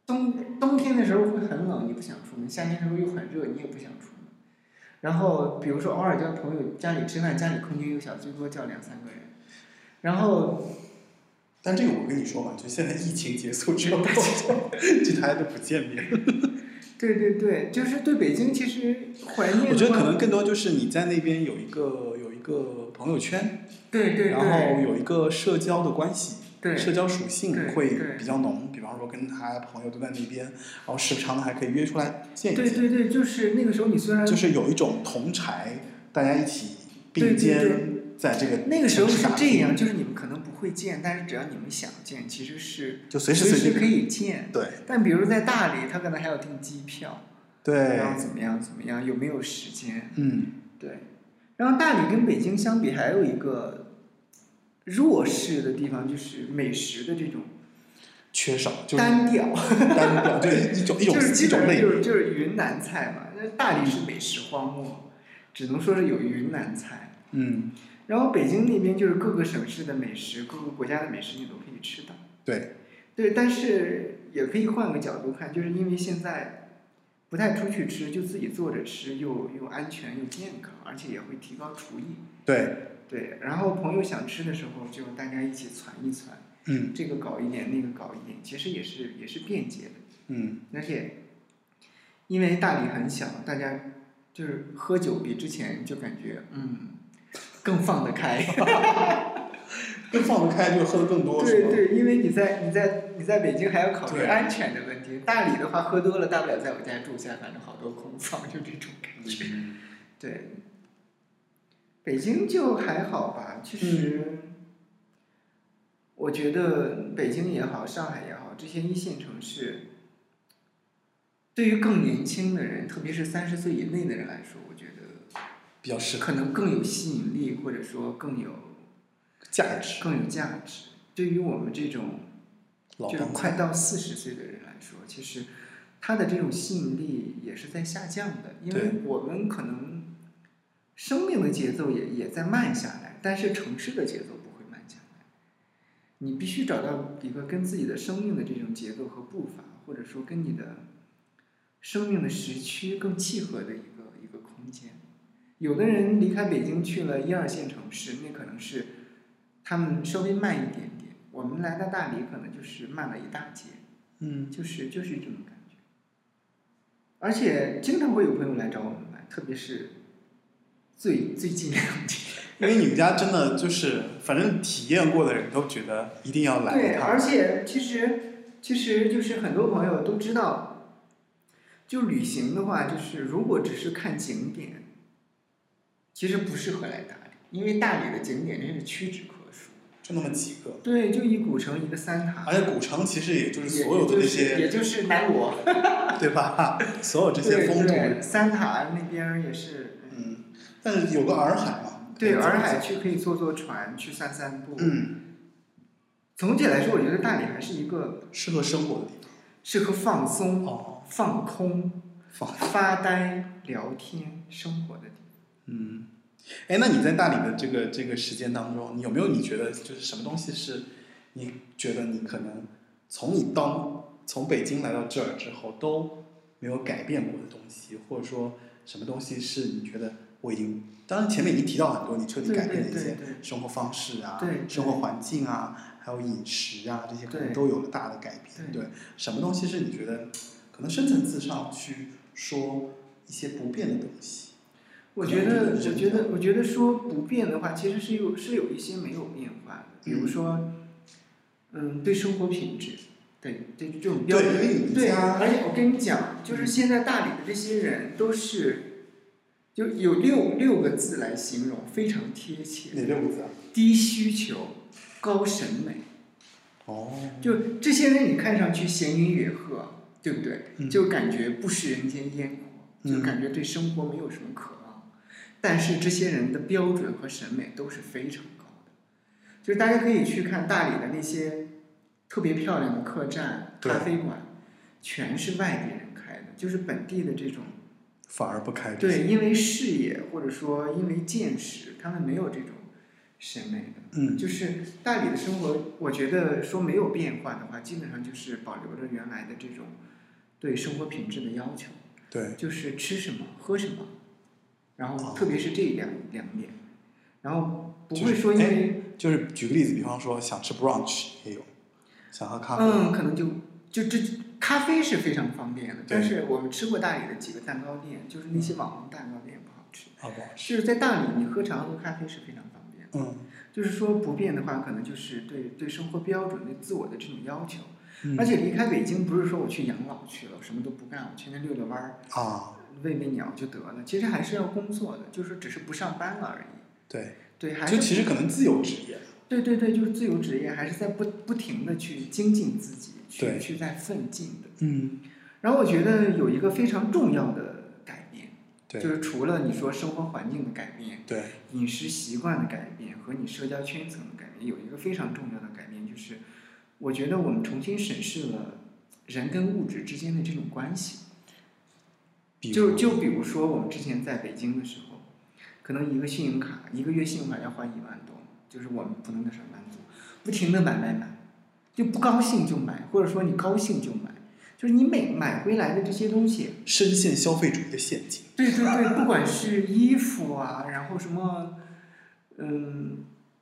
Speaker 3: 冬冬天的时候会很冷，你不想出门；夏天的时候又很热，你也不想出门。然后比如说偶尔叫朋友家里吃饭，家里空间又小，最多叫两三个人。然后
Speaker 2: 但这个我跟你说嘛，就现在疫情结束之后，大家就 <laughs> 就大家都不见面。
Speaker 3: 对对对，就是对北京其实怀念的话。
Speaker 2: 我觉得可能更多就是你在那边有一个有一个朋友圈，
Speaker 3: 对对
Speaker 2: 然后
Speaker 3: 对
Speaker 2: 有一个社交的关系，
Speaker 3: 对
Speaker 2: 社交属性
Speaker 3: 对
Speaker 2: 会
Speaker 3: 对
Speaker 2: 比较浓。比方说跟他朋友都在那边，然后时不常的还可以约出来见一
Speaker 3: 对
Speaker 2: 见，
Speaker 3: 对对，就是那个时候你虽然
Speaker 2: 就是有一种同柴，大家一起
Speaker 3: 对
Speaker 2: 并
Speaker 3: 对
Speaker 2: 肩在这个
Speaker 3: 那个时候
Speaker 2: 城市
Speaker 3: 是
Speaker 2: 打
Speaker 3: 这
Speaker 2: 拼
Speaker 3: 样，，就是你们可能不会见，但是只要你们想见，其实是
Speaker 2: 就随时
Speaker 3: 随
Speaker 2: 随地
Speaker 3: 可以见。
Speaker 2: 对
Speaker 3: 但比如在大理，他可能还要订机票，
Speaker 2: 对，
Speaker 3: 然后怎么样怎么样，有没有时间？
Speaker 2: 嗯
Speaker 3: 对。然后大理跟北京相比，还有一个弱势的地方就是美食的这种
Speaker 2: 缺少就是
Speaker 3: 单调， <laughs>
Speaker 2: 单调，就是一种一种
Speaker 3: 就是
Speaker 2: 一
Speaker 3: 基
Speaker 2: 种
Speaker 3: 本上
Speaker 2: 类
Speaker 3: 就是
Speaker 2: 别。
Speaker 3: 就是云南菜嘛。那大理是美食荒漠，只能说是有云南菜。
Speaker 2: 嗯，
Speaker 3: 然后北京那边就是各个省市的美食，各个国家的美食你都可以吃到。
Speaker 2: 对，
Speaker 3: 对，但是也可以换个角度看，就是因为现在不太出去吃，就自己做着吃，又又安全又健康，而且也会提高厨艺。
Speaker 2: 对，
Speaker 3: 对，然后朋友想吃的时候，就大家一起攒一攒，
Speaker 2: 嗯
Speaker 3: 这个搞一点，那个搞一点，其实也是也是便捷的。
Speaker 2: 嗯，
Speaker 3: 而且因为大理很小，大家就是喝酒比之前就感觉嗯更放得开。 <laughs>
Speaker 2: 更放得开，就是喝的更多，是
Speaker 3: 对
Speaker 2: 吗？
Speaker 3: 对，因为你在你在你在北京还要考虑
Speaker 2: 对
Speaker 3: 安全的问题。大理的话，喝多了大不了在我家住下，反正好多空房，就这种感觉。
Speaker 2: 嗯
Speaker 3: 对，北京就还好吧，其实、
Speaker 2: 嗯
Speaker 3: 我觉得北京也好，上海也好，这些一线城市，对于更年轻的人，特别是三十岁以内的人来说，我觉得
Speaker 2: 比较适合
Speaker 3: 可能更有吸引力，或者说更有
Speaker 2: 价值。
Speaker 3: 更有价值。对于我们这种
Speaker 2: 老
Speaker 3: 就是
Speaker 2: 帮
Speaker 3: 快
Speaker 2: 菜，
Speaker 3: 到四十岁的人来说，其实他的这种吸引力也是在下降的，因为
Speaker 2: 对
Speaker 3: 我们可能生命的节奏也也在慢下来，但是城市的节奏不会慢下来。你必须找到一个跟自己的生命的这种节奏和步伐，或者说跟你的生命的时区更契合的一个一个空间，有的人离开北京去了一二线城市，那可能是他们稍微慢一点点。我们来到大理，可能就是慢了一大截，
Speaker 2: 嗯
Speaker 3: 就是就是这种感觉。而且经常会有朋友来找我们玩，特别是最最近两天。
Speaker 2: 因为你们家真的就是，反正体验过的人都觉得一定 <laughs> 要来
Speaker 3: 对，
Speaker 2: 一趟。
Speaker 3: 而且其实其实就是很多朋友都知道，就旅行的话，就是如果只是看景点，其实不适合来大理，因为大理的景点真是屈指可数。
Speaker 2: 就那么几个，
Speaker 3: 对，就一古城，一个三塔，
Speaker 2: 而且古城其实也就是
Speaker 3: 也
Speaker 2: 所有的
Speaker 3: 也
Speaker 2: 那
Speaker 3: 就
Speaker 2: 些，
Speaker 3: 是也就是南锣，
Speaker 2: 对吧？
Speaker 3: <laughs>
Speaker 2: 所有这
Speaker 3: 对
Speaker 2: 些风土，
Speaker 3: 对，三塔那边儿也是，嗯
Speaker 2: 嗯，但是有个洱海嘛，
Speaker 3: 对，
Speaker 2: 可以走一走
Speaker 3: 洱海，去可以坐坐船，去散散步。
Speaker 2: 嗯，
Speaker 3: 总体来说，我觉得大理还是一个
Speaker 2: 适合生活的地方。
Speaker 3: 适合放松、
Speaker 2: 哦，
Speaker 3: 放空。
Speaker 2: 放，
Speaker 3: 发呆、聊天、生活的地方。
Speaker 2: 嗯，哎，那你在大理的这个这个时间当中，你有没有你觉得就是什么东西是你觉得你可能从你到从北京来到这儿之后都没有改变过的东西，或者说什么东西是你觉得我已经，当然前面已经提到很多，你彻底
Speaker 3: 对
Speaker 2: 改
Speaker 3: 对
Speaker 2: 变的一
Speaker 3: 对
Speaker 2: 些
Speaker 3: 对
Speaker 2: 生活方式啊，
Speaker 3: 对对
Speaker 2: 生活环境啊，还有饮食啊，这些可能
Speaker 3: 对
Speaker 2: 都有了大的改变。
Speaker 3: 对
Speaker 2: 什么东西是你觉得可能深层次上去说一些不变的东西？
Speaker 3: 我觉得，
Speaker 2: 可能就是
Speaker 3: 我觉得，我觉得说不变的话，其实是有是有一些没有变化的，比如说，嗯，对生活品质，对对这种标
Speaker 2: 对，因嗯
Speaker 3: 准，
Speaker 2: 为你
Speaker 3: 对，
Speaker 2: 家
Speaker 3: 而且我跟你讲，就是现在大理的这些人都是，就有六六个字来形容，非常贴
Speaker 2: 哪
Speaker 3: 切：
Speaker 2: 六个字啊？
Speaker 3: 低需求，高审美。
Speaker 2: 哦，
Speaker 3: 就这些人，你看上去闲云野鹤，对不对？
Speaker 2: 嗯
Speaker 3: 就感觉不食人间烟火，
Speaker 2: 嗯
Speaker 3: 就感觉对生活没有什么渴望。但是这些人的标准和审美都是非常高的，就是大家可以去看大理的那些特别漂亮的客栈、
Speaker 2: 对
Speaker 3: 咖啡馆，全是外地人开的，就是本地的这种
Speaker 2: 反而不开这些
Speaker 3: 对，，因为视野或者说因为见识，他们没有这种审美的。
Speaker 2: 嗯，
Speaker 3: 就是大理的生活，我觉得说没有变化的话，基本上就是保留着原来的这种对生活品质的要求，
Speaker 2: 对，
Speaker 3: 就是吃什么、喝什么，然
Speaker 2: 哦
Speaker 3: 后特别是这两两点，然后不会说
Speaker 2: 哎
Speaker 3: 因为、
Speaker 2: 就是举个例子，比方说想吃 brunch 也有，想喝咖啡，
Speaker 3: 嗯，可能就就这咖啡是非常方便的，
Speaker 2: 对嗯
Speaker 3: 但是我们吃过大理的几个蛋糕店，就是那些网红蛋糕店不好吃，
Speaker 2: 好不好吃？
Speaker 3: 是在大理你喝茶喝咖啡是非常方便的。
Speaker 2: 嗯
Speaker 3: 就是说不变的话，可能就是对对生活标准、对自我的这种要求。
Speaker 2: 嗯
Speaker 3: 而且离开北京不是说我去养老去了，我什么都不干，我去那遛遛弯儿、
Speaker 2: 啊，
Speaker 3: 喂喂鸟就得了。其实还是要工作的，就是只是不上班了而已。
Speaker 2: 对，
Speaker 3: 对，还
Speaker 2: 就其
Speaker 3: 是
Speaker 2: 实可能自由职业，
Speaker 3: 对对对，就是自由职业，还是在不不停的去精进自己，
Speaker 2: 对
Speaker 3: 去去在奋进的。
Speaker 2: 嗯，
Speaker 3: 然后我觉得有一个非常重要的改变，就
Speaker 2: 对
Speaker 3: 是除了你说生活环境的改变、
Speaker 2: 对，
Speaker 3: 饮食习惯的改变和你社交圈层的改变，有一个非常重要的改变，就是我觉得我们重新审视了人跟物质之间的这种关系。
Speaker 2: 比
Speaker 3: 就
Speaker 2: 如
Speaker 3: 就比如说我们之前在北京的时候，可能一个信用卡一个月信用卡要花一万多，就是我们普通的上班族，不停的买买买，就不高兴就买，或者说你高兴就买，就是你每买回来的这些东西，
Speaker 2: 深陷消费主义的陷阱，
Speaker 3: 对对对，不管是衣服啊，然后什么，嗯，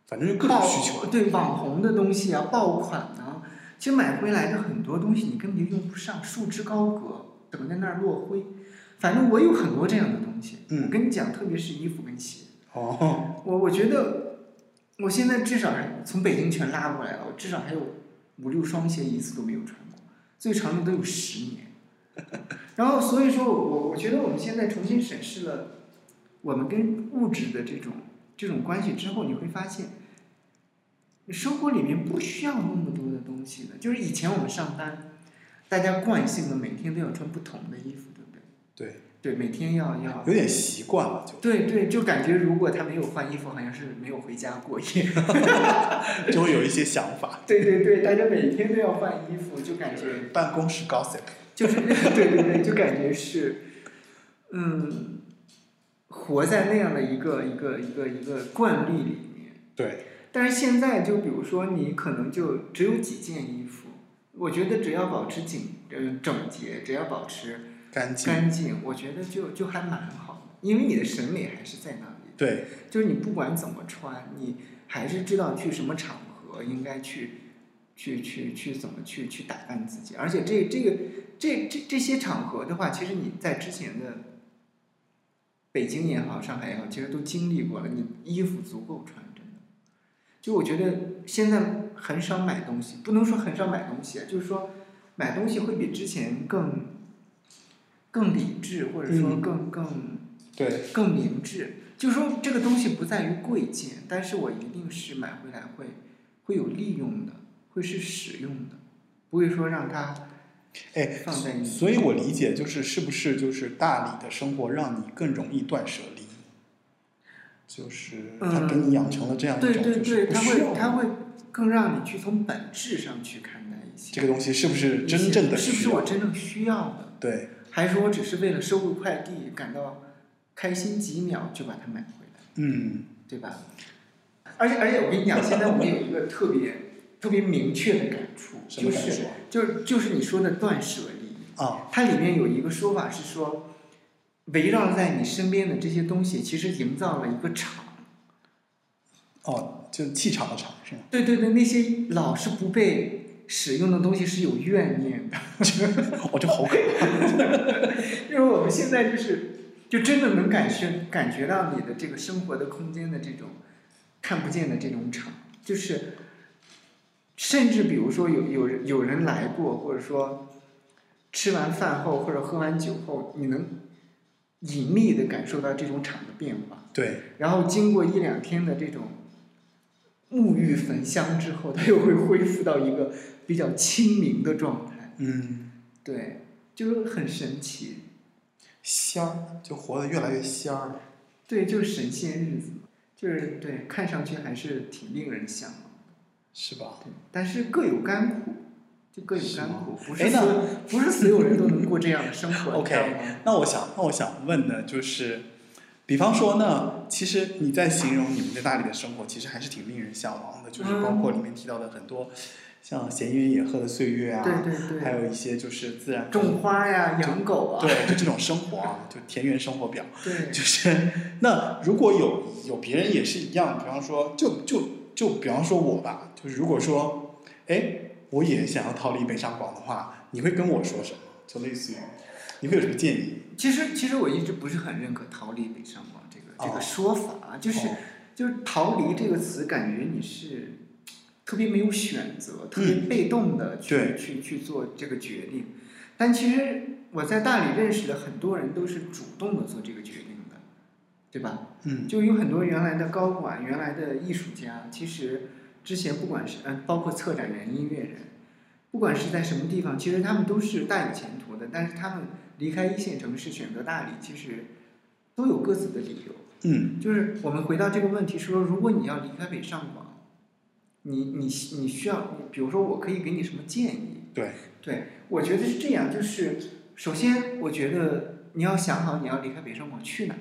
Speaker 2: 反正就各种
Speaker 3: 爆
Speaker 2: 需求，
Speaker 3: 对网红的东西啊，爆款啊，其实买回来的很多东西你根本就用不上，束之高阁，等在那儿落灰。反正我有很多这样的东西，
Speaker 2: 嗯
Speaker 3: 我跟你讲，特别是衣服跟鞋，
Speaker 2: 哦，
Speaker 3: 我我觉得我现在至少还从北京全拉过来了，我至少还有五六双鞋一次都没有穿过，最长的都有十年。然后所以说我我觉得我们现在重新审视了我们跟物质的这种这种关系之后，你会发现。生活里面不需要那么多的东西的，就是以前我们上班，大家惯性的每天都要穿不同的衣服，对不对？
Speaker 2: 对，
Speaker 3: 对，每天要要
Speaker 2: 有点习惯了就，
Speaker 3: 对对，就感觉如果他没有换衣服，好像是没有回家过夜。 <laughs>
Speaker 2: 就会有一些想法，
Speaker 3: 对对对，大家每天都要换衣服，就感觉
Speaker 2: 办公室 gossip，
Speaker 3: 就是 <laughs> 对对对，就感觉是，嗯，活在那样的一个一个一个一个惯例里面。
Speaker 2: 对，
Speaker 3: 但是现在，就比如说你可能就只有几件衣服，我觉得只要保呃持紧，嗯，整洁，只要保持
Speaker 2: 干净，
Speaker 3: 干净，我觉得就就还蛮好的。因为你的审美还是在那里。
Speaker 2: 对，
Speaker 3: 就是你不管怎么穿，你还是知道去什么场合应该去，去去去怎么去去打扮自己。而且这这个这这这些场合的话，其实你在之前的北京也好，上海也好，其实都经历过了。你衣服足够穿，真的。就我觉得现在很少买东西，不能说很少买东西，啊就是说买东西会比之前更更理智，或者说
Speaker 2: 嗯
Speaker 3: 更更。
Speaker 2: 对，
Speaker 3: 更明智。就是说这个东西不在于贵贱，但是我一定是买回来会会有利用的，会是使用的，不会说让它
Speaker 2: 哎，
Speaker 3: 放在你。
Speaker 2: 所以我理解就是，是不是就是大理的生活让你更容易断舍离？就是它给你养成了这样一
Speaker 3: 嗯对
Speaker 2: 种，
Speaker 3: 对
Speaker 2: 就
Speaker 3: 对，
Speaker 2: 是不
Speaker 3: 它
Speaker 2: 需
Speaker 3: 会它
Speaker 2: 要
Speaker 3: 会更让你去从本质上去看待一些
Speaker 2: 这个东西是不是真正的
Speaker 3: 是不
Speaker 2: 需
Speaker 3: 是
Speaker 2: 要
Speaker 3: 我？真正需要的，
Speaker 2: 对，
Speaker 3: 还是我只是为了收个快递感到开心几秒就把它买回来，
Speaker 2: 嗯，
Speaker 3: 对吧？而且而且我跟你讲，现在我们有一个特别特别明确的感触，
Speaker 2: 什么
Speaker 3: 就
Speaker 2: 感啊
Speaker 3: 是
Speaker 2: 受
Speaker 3: 就是就是你说的断舍离，
Speaker 2: 啊？
Speaker 3: 它里面有一个说法是说，围绕在你身边的这些东西，其实营造了一个场。
Speaker 2: 哦，就气场的场是吗？
Speaker 3: 对对对，那些老是不被使用的东西是有怨念的，
Speaker 2: <laughs> 我就好可怕。
Speaker 3: 因为我们现在就是就真的能感觉感觉到你的这个生活的空间的这种看不见的这种场，就是甚至比如说有有人有人来过，或者说吃完饭后或者喝完酒后，你能隐秘的感受到这种场的变化。
Speaker 2: 对，
Speaker 3: 然后经过一两天的这种沐浴焚香之后，它又会恢复到一个比较清明的状态。
Speaker 2: 嗯，
Speaker 3: 对，就是很神奇。
Speaker 2: 仙儿就活得越来越仙儿了。
Speaker 3: 对，就是神仙日子嘛，就是对，看上去还是挺令人向往的。
Speaker 2: 是吧？
Speaker 3: 对，但是各有甘苦，就各有
Speaker 2: 是
Speaker 3: 甘
Speaker 2: 吗
Speaker 3: 苦，不
Speaker 2: 哎
Speaker 3: 是
Speaker 2: 那
Speaker 3: 所不是所有人都能过这样的
Speaker 2: <laughs>
Speaker 3: 生活。你知道
Speaker 2: OK
Speaker 3: 吗
Speaker 2: 那我想，那我想问的就是，比方说呢，其实你在形容你们在大理的生活，其实还是挺令人向往的，
Speaker 3: 嗯
Speaker 2: 就是包括里面提到的很多，像闲云野鹤的岁月啊，
Speaker 3: 对对
Speaker 2: 还
Speaker 3: 对，
Speaker 2: 有一些就是自然
Speaker 3: 种花呀，养狗啊，
Speaker 2: 对，就这种生活啊，就田园生活表。
Speaker 3: 对
Speaker 2: 就是那如果有有别人也是一样，比方说就就就比方说我吧，就是如果说，哎，我也想要逃离北上广的话，你会跟我说什么？就类似于，你会有什么建议？
Speaker 3: 其实，其实我一直不是很认可“逃离北上广”这个这
Speaker 2: 哦
Speaker 3: 个说法，啊，就是、
Speaker 2: 哦
Speaker 3: 就是“逃离”这个词，感觉你是特别没有选择、特别被动的去、
Speaker 2: 嗯对
Speaker 3: 去去做这个决定。但其实我在大理认识的很多人都是主动的做这个决定的，对吧？
Speaker 2: 嗯，
Speaker 3: 就有很多原来的高管、原来的艺术家，其实之前不管是嗯，包括策展人、音乐人，不管是在什么地方，其实他们都是大有前途的。但是他们离开一线城市，选择大理，其实都有各自的理由。
Speaker 2: 嗯，
Speaker 3: 就是我们回到这个问题说，如果你要离开北上广，你你你需要，比如说我可以给你什么建议？
Speaker 2: 对，
Speaker 3: 对，我觉得是这样，就是首先我觉得你要想好你要离开北上广去哪儿。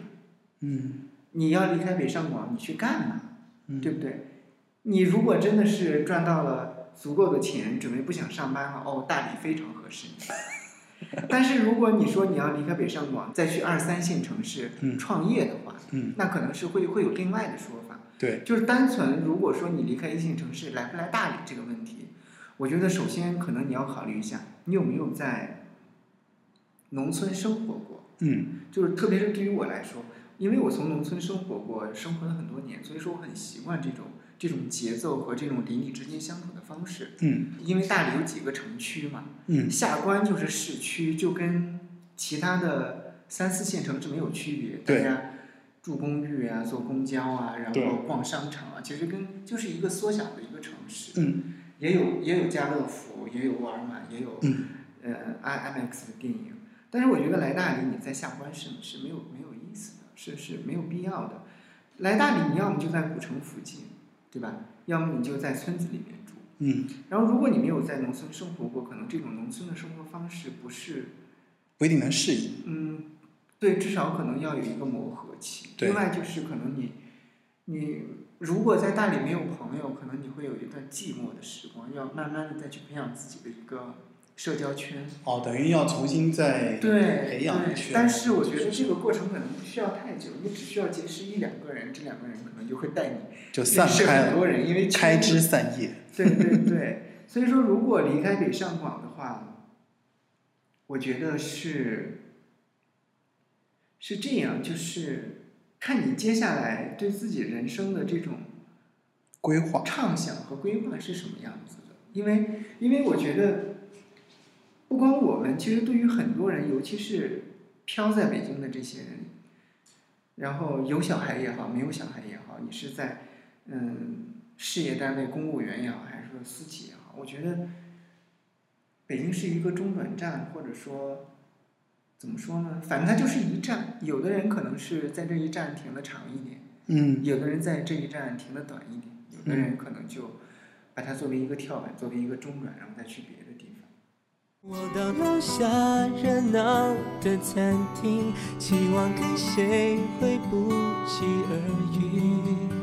Speaker 2: 嗯，
Speaker 3: 你要离开北上广，你去干嘛？
Speaker 2: 嗯
Speaker 3: 对不对？你如果真的是赚到了足够的钱，准备不想上班了，哦，大理非常合适
Speaker 2: <laughs>
Speaker 3: 你。但是如果你说你要离开北上广，再去二三线城市
Speaker 2: 嗯
Speaker 3: 创业的话，
Speaker 2: 嗯
Speaker 3: 那可能是会会有另外的说法。
Speaker 2: 对，
Speaker 3: 就是单纯如果说你离开一线城市来不来大理这个问题，我觉得首先可能你要考虑一下，你有没有在农村生活过。
Speaker 2: 嗯
Speaker 3: 就是特别是对于我来说，因为我从农村生活过，生活了很多年，所以说我很习惯这种这种节奏和这种邻里之间相处的方式。
Speaker 2: 嗯
Speaker 3: 因为大理有几个城区嘛，
Speaker 2: 嗯
Speaker 3: 下关就是市区，就跟其他的三四线城市没有区别，
Speaker 2: 对
Speaker 3: 大家住公寓啊，坐公交啊，然
Speaker 2: 对
Speaker 3: 后逛商场啊，其实跟就是一个缩小的一个城市。
Speaker 2: 嗯
Speaker 3: 也有也有家乐福，也有沃尔玛，也有、
Speaker 2: 嗯
Speaker 3: 呃 I M X 的电影。但是我觉得来大理你在下关是是没有没有意思的，是是没有必要的。来大理你要么就在古城附近，对吧？要么你就在村子里面住。
Speaker 2: 嗯，
Speaker 3: 然后如果你没有在农村生活过，可能这种农村的生活方式不是
Speaker 2: 不一定能适应。
Speaker 3: 嗯，对，至少可能要有一个磨合期。
Speaker 2: 对
Speaker 3: 另外就是可能你，你如果在大理没有朋友，可能你会有一段寂寞的时光，要慢慢的再去培养自己的一个社交圈。
Speaker 2: 哦，等于要重新再
Speaker 3: 对，
Speaker 2: 培养一
Speaker 3: 对
Speaker 2: 圈。
Speaker 3: 但是我觉得这个过程可能不需要太久，你只需要结识一两个人，这两个人可能就会带你
Speaker 2: 就散
Speaker 3: 认识
Speaker 2: 开
Speaker 3: 很
Speaker 2: 了，
Speaker 3: 多人，因为圈
Speaker 2: 开枝散叶。
Speaker 3: 对对对，所以说如果离开北上广的话，我觉得是是这样，就是看你接下来对自己人生的这种
Speaker 2: 规划，
Speaker 3: 畅想和规划是什么样子的，因为因为我觉得不光我们，其实对于很多人，尤其是飘在北京的这些人，然后有小孩也好，没有小孩也好，你是在嗯事业单位、公务员也好，还是说私企也好，我觉得北京是一个中转站，或者说怎么说呢，反正它就是一站。有的人可能是在这一站停的长一点，
Speaker 2: 嗯，
Speaker 3: 有的人在这一站停的短一点，有的人可能就把它作为一个跳板，作为一个中转，然后再去别的地方。
Speaker 6: 我到楼下热闹的餐厅，期望看谁会不期而遇，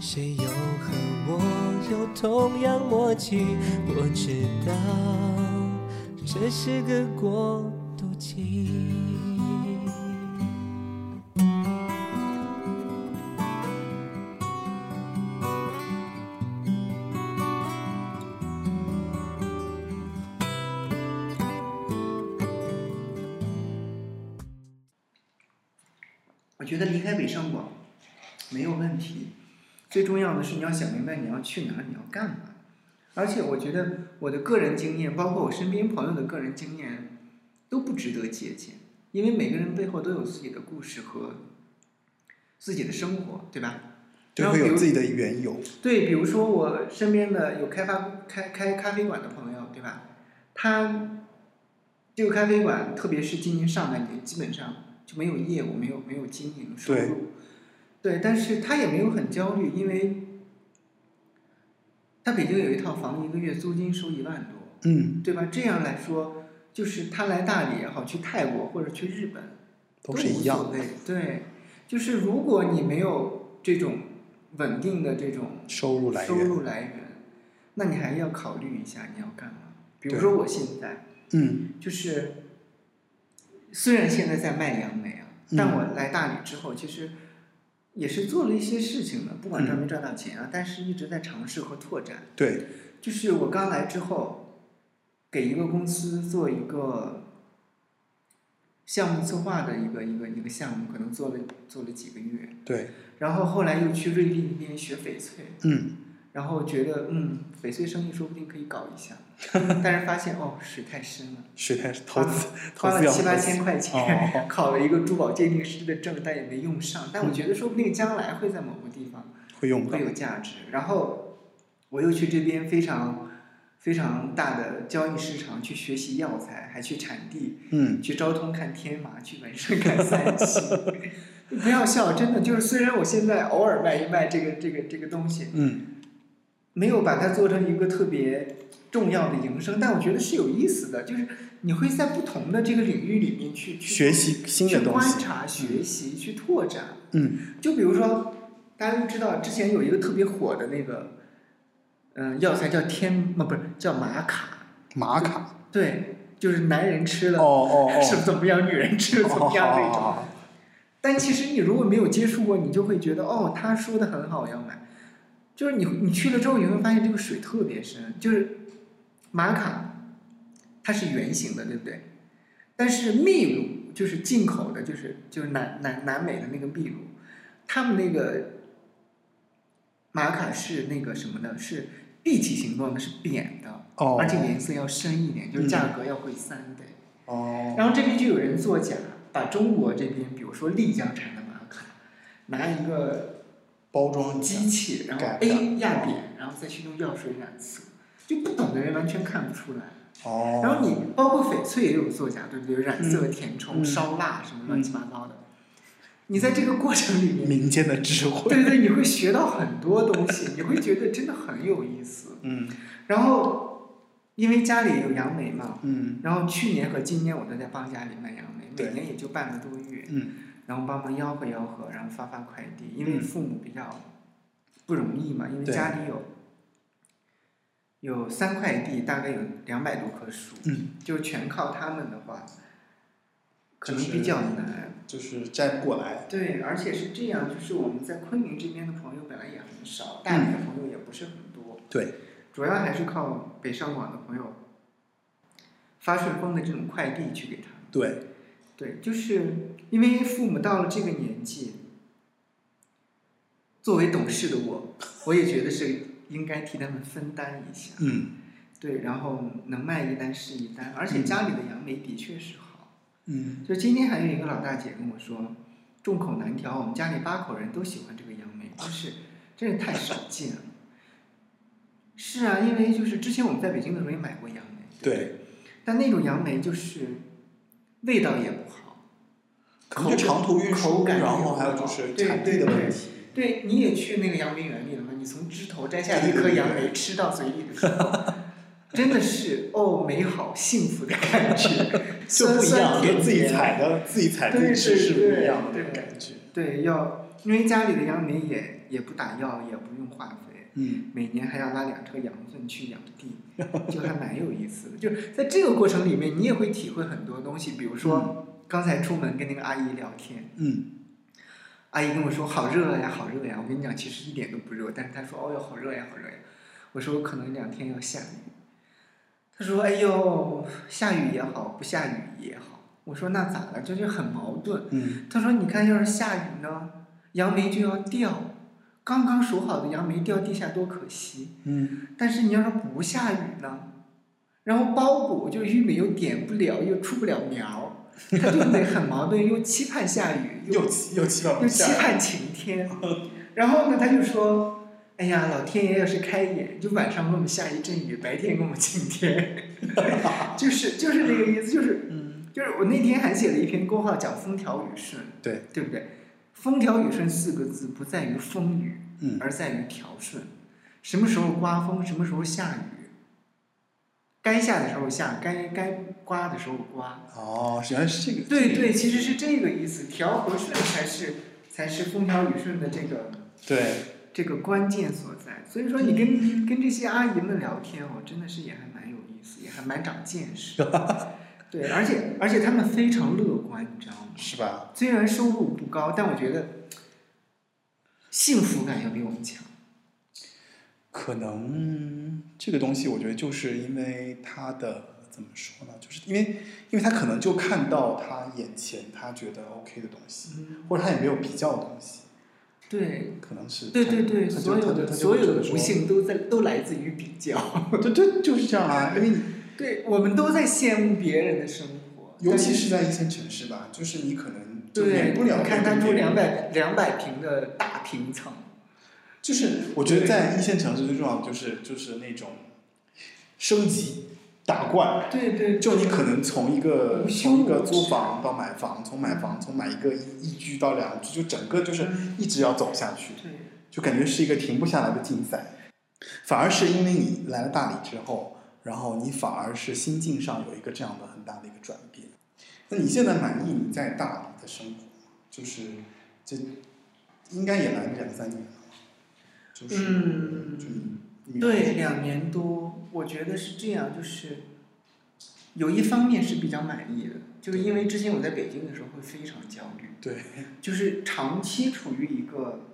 Speaker 6: 谁又和我有同样默契。我知道这是个过渡期。
Speaker 3: 我觉得离开北上广没有问题，最重要的是你要想明白你要去哪儿，你要干嘛。而且我觉得我的个人经验，包括我身边朋友的个人经验，都不值得借鉴，因为每个人背后都有自己的故事和自己的生活，对吧？
Speaker 2: 就
Speaker 3: 然后
Speaker 2: 会
Speaker 3: 比
Speaker 2: 有
Speaker 3: 如
Speaker 2: 自己的缘由。
Speaker 3: 对，比如说我身边的有开发开开咖啡馆的朋友，对吧？他这个咖啡馆，特别是今年上半年，基本上就没有业务，没有没有经营收
Speaker 2: 对
Speaker 3: 入。对，但是他也没有很焦虑，因为他北京有一套房，一个月租金收一万多。
Speaker 2: 嗯，
Speaker 3: 对吧？这样来说，就是他来大理也好，去泰国或者去日本，
Speaker 2: 都
Speaker 3: 都
Speaker 2: 是
Speaker 3: 无
Speaker 2: 一
Speaker 3: 所
Speaker 2: 样，
Speaker 3: 谓。对，就是如果你没有这种稳定的这种
Speaker 2: 收入来
Speaker 3: 收
Speaker 2: 源。
Speaker 3: 入来源，那你还要考虑一下你要干嘛。比如
Speaker 2: 对
Speaker 3: 说我现在
Speaker 2: 嗯
Speaker 3: 就是，虽然现在在卖杨梅啊，
Speaker 2: 嗯
Speaker 3: 但我来大理之后，其实也是做了一些事情的，不管赚
Speaker 2: 嗯
Speaker 3: 没赚到钱啊，但是一直在尝试和拓展。，
Speaker 2: 对，
Speaker 3: 就是我刚来之后，给一个公司做一个项目策划的一个一个一个项目，可能做了做了几个月，
Speaker 2: 对，
Speaker 3: 然后后来又去瑞丽那边学翡翠，
Speaker 2: 嗯，
Speaker 3: 然后觉得嗯，翡翠生意说不定可以搞一下， <laughs> 但是发现哦，水太深了，
Speaker 2: 水太投资，投
Speaker 3: 花
Speaker 2: 资
Speaker 3: 了
Speaker 2: 要
Speaker 3: 七八
Speaker 2: 投资
Speaker 3: 千块钱，
Speaker 2: 哦，
Speaker 3: 考了一个珠宝鉴定师的证，但也没用上。但我
Speaker 2: 嗯
Speaker 3: 觉得说不定将来会在某个地方
Speaker 2: 会用到
Speaker 3: 会。有价值。然后我又去这边非常非常大的交易市场去学习药材，还去产地，
Speaker 2: 嗯，
Speaker 3: 去昭通看天麻，去文顺看三七。 <laughs> 不要笑，真的就是虽然我现在偶尔卖一卖这个这个这个东西，
Speaker 2: 嗯，
Speaker 3: 没有把它做成一个特别重要的营生，但我觉得是有意思的，就是你会在不同的这个领域里面去去
Speaker 2: 学习新的
Speaker 3: 去
Speaker 2: 东
Speaker 3: 观
Speaker 2: 西。
Speaker 3: 察、学习、去拓展。
Speaker 2: 嗯，
Speaker 3: 就比如说，大家都知道之前有一个特别火的那个，嗯、药材叫天，呃不是叫玛卡，
Speaker 2: 玛卡。
Speaker 3: 对，就是男人吃
Speaker 2: 哦
Speaker 3: 了、
Speaker 2: 哦哦，
Speaker 3: <laughs> 是怎么样，女人吃了怎么样那种。
Speaker 2: 哦
Speaker 3: 但其实你如果没有接触过，你就会觉得哦，他说的很好，我要买。就是你你去了之后，你会发现这个水特别深，就是玛卡，它是圆形的，对不对？但是秘鲁就是进口的，就是就是南南南美的那个秘鲁，他们那个玛卡是那个什么呢？是立体形状的，是扁的，
Speaker 2: 哦，
Speaker 3: 而且颜色要深一点，就是
Speaker 2: 嗯
Speaker 3: 价格要贵三倍。
Speaker 2: 哦，
Speaker 3: 然后这边就有人作假，把中国这边，比如说丽江产的玛卡，拿一个
Speaker 2: 包装一下
Speaker 3: 机器，然后
Speaker 2: 改改
Speaker 3: A 压扁，然后再去用药水染色，就不懂的人完全看不出来。
Speaker 2: 哦，
Speaker 3: 然后你包括翡翠也有作假，对不对？染色、填充、
Speaker 2: 嗯
Speaker 3: 烧蜡什么乱七八糟的。你在这个过程里面，
Speaker 2: 民间的智慧，
Speaker 3: 对对，你会学到很多东西，你会觉得真的很有意思。
Speaker 2: 嗯
Speaker 3: 然后，因为家里有杨梅嘛，
Speaker 2: 嗯
Speaker 3: 然后去年和今年我都在帮家里卖杨梅，
Speaker 2: 对
Speaker 3: 每年也就半个多月，
Speaker 2: 嗯，
Speaker 3: 然后帮忙吆喝吆喝，然后发发快递，因为
Speaker 2: 嗯
Speaker 3: 父母比较不容易嘛，因为
Speaker 2: 对
Speaker 3: 家里有有三块地，大概有两百多棵树，
Speaker 2: 嗯，
Speaker 3: 就全靠他们的话，可能
Speaker 2: 就是
Speaker 3: 比较难。
Speaker 2: 就是摘不过来。
Speaker 3: 对，而且是这样，就是我们在昆明这边的朋友本来也很少，大理的
Speaker 2: 嗯
Speaker 3: 朋友也不是很多，
Speaker 2: 对，
Speaker 3: 主要还是靠北上广的朋友发顺丰的这种快递去给他们。
Speaker 2: 对，
Speaker 3: 对，就是因为父母到了这个年纪，作为懂事的我，我也觉得是应该替他们分担一下。
Speaker 2: 嗯
Speaker 3: 对，然后能卖一单是一单，而且家里的杨梅的确是好。
Speaker 2: 嗯，
Speaker 3: 就今天还有一个老大姐跟我说，众口难调，我们家里八口人都喜欢这个杨梅，真是真是太少见了。是啊，因为就是之前我们在北京的时候也买过杨梅，
Speaker 2: 对，
Speaker 3: 但那种杨梅就是味道也不好，
Speaker 2: 可能就
Speaker 3: 口
Speaker 2: 长途运
Speaker 3: 口
Speaker 2: 输，
Speaker 3: 感
Speaker 2: 然后
Speaker 3: 也
Speaker 2: 还有
Speaker 3: 不
Speaker 2: 就
Speaker 3: 好
Speaker 2: 是
Speaker 3: 对
Speaker 2: 产
Speaker 3: 对
Speaker 2: 地的
Speaker 3: 对
Speaker 2: 问题。
Speaker 3: 对，你也去那个杨梅园里了吗？你从枝头摘下一颗杨梅，吃到嘴里的时候，真的是哦，美好幸福的感觉，
Speaker 2: <laughs> 就
Speaker 3: 酸
Speaker 2: 不一样，跟
Speaker 3: 酸甜甜
Speaker 2: 自己采的自己采
Speaker 3: 对
Speaker 2: 荔枝
Speaker 3: 对
Speaker 2: 是不
Speaker 3: 对
Speaker 2: 一样的那
Speaker 3: 对
Speaker 2: 种感觉。
Speaker 3: 对，要因为家里的杨梅也也不打药，也不用化肥，
Speaker 2: 嗯，
Speaker 3: 每年还要拉两车羊粪去养地，就还蛮有意思的。就是在这个过程里面，你也会体会很多东西，比如说刚才出门跟那个阿姨聊天，
Speaker 2: 嗯，
Speaker 3: 阿姨跟我说好热呀，好热呀。我跟你讲，其实一点都不热，但是她说哦哟，好热呀，好热呀。我说可能两天要下雨。她说哎呦，下雨也好，不下雨也好。我说那咋了？这就很矛盾。
Speaker 2: 嗯，
Speaker 3: 他说：“你看，要是下雨呢，杨梅就要掉，刚刚熟好的杨梅掉地下多可惜。
Speaker 2: 嗯，
Speaker 3: 但是你要是不下雨呢，然后苞谷就玉米又点不了，又出不了苗，他就得很矛盾，又期盼下雨，又
Speaker 2: 又期又期望不
Speaker 3: 又期
Speaker 2: 下来。
Speaker 3: 盼晴天。然后呢，他就说：‘哎呀，老天爷要是开眼，就晚上给我们下一阵雨，白天给我们晴天。’ <laughs> 就是就是这个意思，就是
Speaker 2: 嗯，
Speaker 3: 就是我那天还写了一篇公号讲风调雨顺，
Speaker 2: 对
Speaker 3: 对不对？风调雨顺四个字不在于风雨，
Speaker 2: 嗯
Speaker 3: 而在于调顺。什么时候刮风，什么时候下雨，该下的时候下，该该刮的时候刮。
Speaker 2: 哦，原来是这个。
Speaker 3: 对对，其实是这个意思，调和顺才是才是风调雨顺的这个
Speaker 2: 对，
Speaker 3: 这个关键所在。所以说，你跟跟这些阿姨们聊天哦，真的是也还蛮有意思，也还蛮长见识。 <laughs> 对，而且而且他们非常乐观，你知道吗？
Speaker 2: 是吧？
Speaker 3: 虽然收入不高，但我觉得幸福感要比我们强。
Speaker 2: 可能这个东西，我觉得就是因为他的怎么说呢？就是因为因为他可能就看到他眼前他觉得 OK 的东西，
Speaker 3: 嗯，
Speaker 2: 或者他也没有比较的东西，
Speaker 3: 对，
Speaker 2: 可能是
Speaker 3: 对对对，
Speaker 2: 他就
Speaker 3: 所有
Speaker 2: 他就
Speaker 3: 的
Speaker 2: 他就
Speaker 3: 所有的
Speaker 2: 会觉得说
Speaker 3: 不幸都在都来自于比较。
Speaker 2: <laughs> 对对，就是这样啊。因为你
Speaker 3: 对，我们都在羡慕别人的生活，
Speaker 2: 尤其
Speaker 3: 但
Speaker 2: 是在一线城市吧，就是你可能就
Speaker 3: 对，
Speaker 2: 免不了
Speaker 3: 你看他
Speaker 2: 跟
Speaker 3: 住
Speaker 2: 别人
Speaker 3: 两百两百平的大平层。
Speaker 2: 就是我觉得在一线城市最重要的就是就是那种升级打怪，
Speaker 3: 对对
Speaker 2: 就你可能从一个
Speaker 3: 无休
Speaker 2: 从一个
Speaker 3: 无止
Speaker 2: 租房到买房，从买房从买一个一一居到两居，就整个就是一直要走下去，
Speaker 3: 对，
Speaker 2: 就感觉是一个停不下来的竞赛。反而是因为你来了大理之后，然后你反而是心境上有一个这样的很大的一个转变。那你现在满意你在大理的生活吗？就是这应该也来两三年了，就是、
Speaker 3: 嗯
Speaker 2: 就你你
Speaker 3: 对，两年多，我觉得是这样，就是有一方面是比较满意的，就是因为之前我在北京的时候会非常焦虑，
Speaker 2: 对
Speaker 3: 就是长期处于一个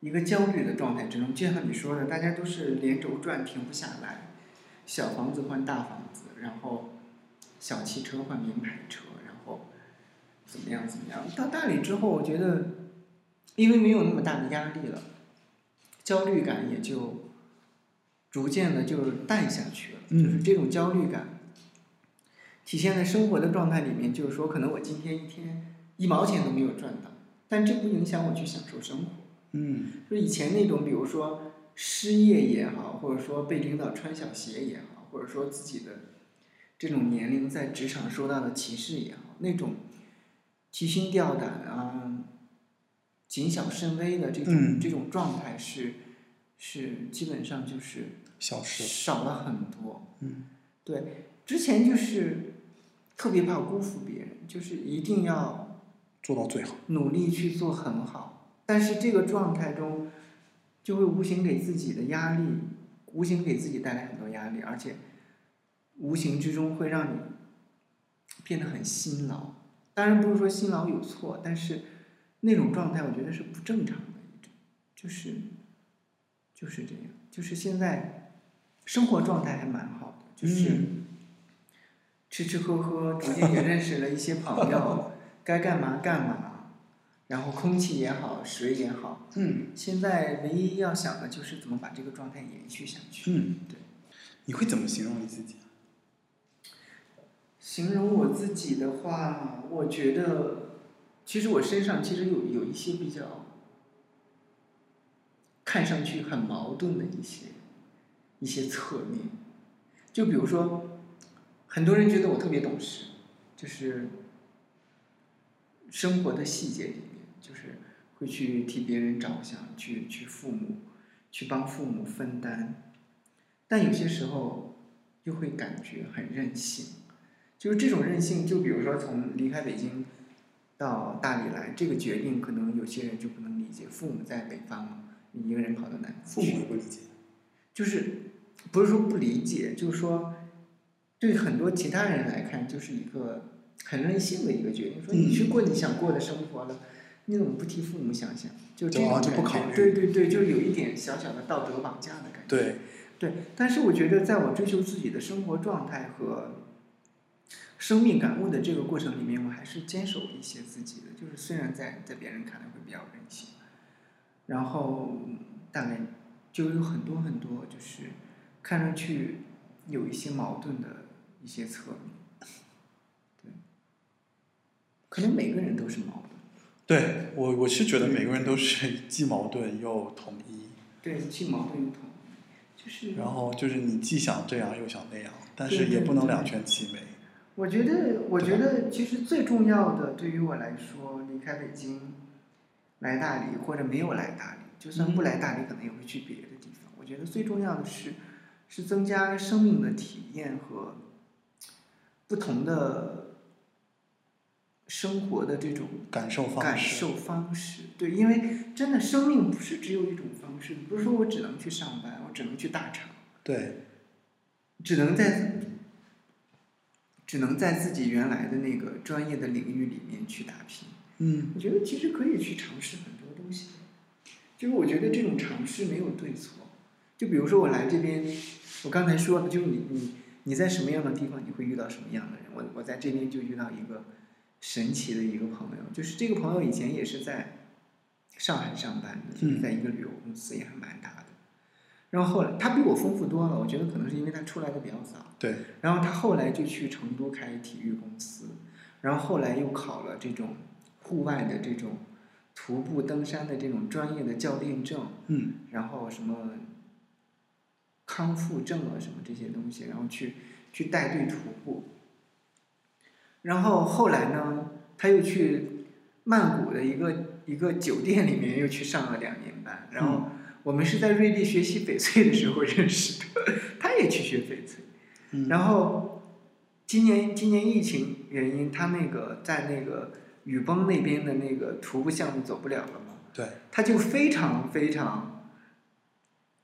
Speaker 3: 一个焦虑的状态之中，就像你说的，大家都是连轴转，停不下来，小房子换大房子，然后小汽车换名牌车，然后怎么样怎么样。到大理之后，我觉得因为没有那么大的压力了，焦虑感也就逐渐的就淡下去了，
Speaker 2: 嗯
Speaker 3: 就是这种焦虑感。体现在生活的状态里面，就是说，可能我今天一天一毛钱都没有赚到，但这不影响我去享受生活。
Speaker 2: 嗯
Speaker 3: 就是以前那种，比如说失业也好，或者说被领导穿小鞋也好，或者说自己的这种年龄在职场受到的歧视也好，那种提心吊胆啊、谨小慎微的这种、
Speaker 2: 嗯
Speaker 3: 这种状态是是基本上就是
Speaker 2: 消失了，
Speaker 3: 少了很多。
Speaker 2: 嗯，
Speaker 3: 对，之前就是特别怕辜负别人，就是一定要
Speaker 2: 做到最好。
Speaker 3: 努力去做很好，但是这个状态中就会无形给自己的压力无形给自己带来很多压力，而且无形之中会让你变得很辛劳。当然不是说辛劳有错，但是那种状态我觉得是不正常的一种，就是就是这样，就是现在生活状态还蛮好的，就是。
Speaker 2: 嗯
Speaker 3: 吃吃喝喝，逐渐也认识了一些朋友，该干嘛干嘛。然后空气也好，水也好，
Speaker 2: 嗯
Speaker 3: 现在唯一要想的就是怎么把这个状态延续下去。
Speaker 2: 嗯，
Speaker 3: 对。
Speaker 2: 你会怎么形容你自己？啊
Speaker 3: 形容我自己的话，我觉得，其实我身上其实有有一些比较看上去很矛盾的一些一些侧面，就比如说，很多人觉得我特别懂事，就是生活的细节里面，就是会去替别人着想，去去父母，去帮父母分担，但有些时候又会感觉很任性。就是这种任性，就比如说从离开北京到大理来，这个决定可能有些人就不能理解。父母在北方嘛，你一个人跑到南
Speaker 2: 父
Speaker 3: 方去
Speaker 2: 母也，不理解。
Speaker 3: 就是不是说不理解，就是说对很多其他人来看，就是一个很任性的一个决定。说
Speaker 2: 嗯
Speaker 3: 你去过你想过的生活了，你怎么不替父母想想？就这
Speaker 2: 就
Speaker 3: 种
Speaker 2: 啊
Speaker 3: 感觉，
Speaker 2: 就不考虑
Speaker 3: 对对对，就有一点小小的道德绑架的感觉。
Speaker 2: 对，
Speaker 3: 对，但是我觉得，在我追求自己的生活状态和生命感悟的这个过程里面，我还是坚守一些自己的，就是虽然在在别人看来会比较任性，然后嗯大概就有很多很多，就是看上去有一些矛盾的一些侧面，对，可能每个人都是矛盾，
Speaker 2: 对我我是觉得每个人都是既矛盾又统一，
Speaker 3: 对，既矛盾又统一，就是
Speaker 2: 然后就是你既想这样又想那样，但是
Speaker 3: 对
Speaker 2: 也
Speaker 3: 对
Speaker 2: 不能
Speaker 3: 对
Speaker 2: 两全其美。
Speaker 3: 我觉得，我
Speaker 2: 对
Speaker 3: 觉
Speaker 2: 吧
Speaker 3: 得其实最重要的，对于我来说，离开北京，来大理或者没有来大理，就算不来
Speaker 2: 嗯
Speaker 3: 大理，可能也会去别的地方。我觉得最重要的是，是增加生命的体验和不同的生活的这种
Speaker 2: 感受方式，
Speaker 3: 感受方式。对，因为真的生命不是只有一种方式，不是说我只能去上班，我只能去大厂。
Speaker 2: 对，
Speaker 3: 只能在只能在自己原来的那个专业的领域里面去打拼。
Speaker 2: 嗯
Speaker 3: 我觉得其实可以去尝试很多东西，就是我觉得这种尝试没有对错。就比如说我来这边，我刚才说了，就是你你你在什么样的地方，你会遇到什么样的人。我我在这边就遇到一个神奇的一个朋友，就是这个朋友以前也是在上海上班的，就是在一个旅游公司，也还蛮大的。然后后来他比我丰富多了，我觉得可能是因为他出来的比较早。
Speaker 2: 对，
Speaker 3: 然后他后来就去成都开体育公司，然后后来又考了这种户外的这种徒步登山的这种专业的教练证，
Speaker 2: 嗯
Speaker 3: 然后什么康复证啊什么这些东西，然后去去带队徒步。然后后来呢，他又去曼谷的一个一个酒店里面又去上了两年班，然后我们是在瑞丽学习翡翠的时候认识的，他也去学翡翠。
Speaker 2: 嗯，
Speaker 3: 然后今年今年疫情原因，他那个在那个雨崩那边的那个徒步项目走不了了嘛，
Speaker 2: 对，
Speaker 3: 他就非常非常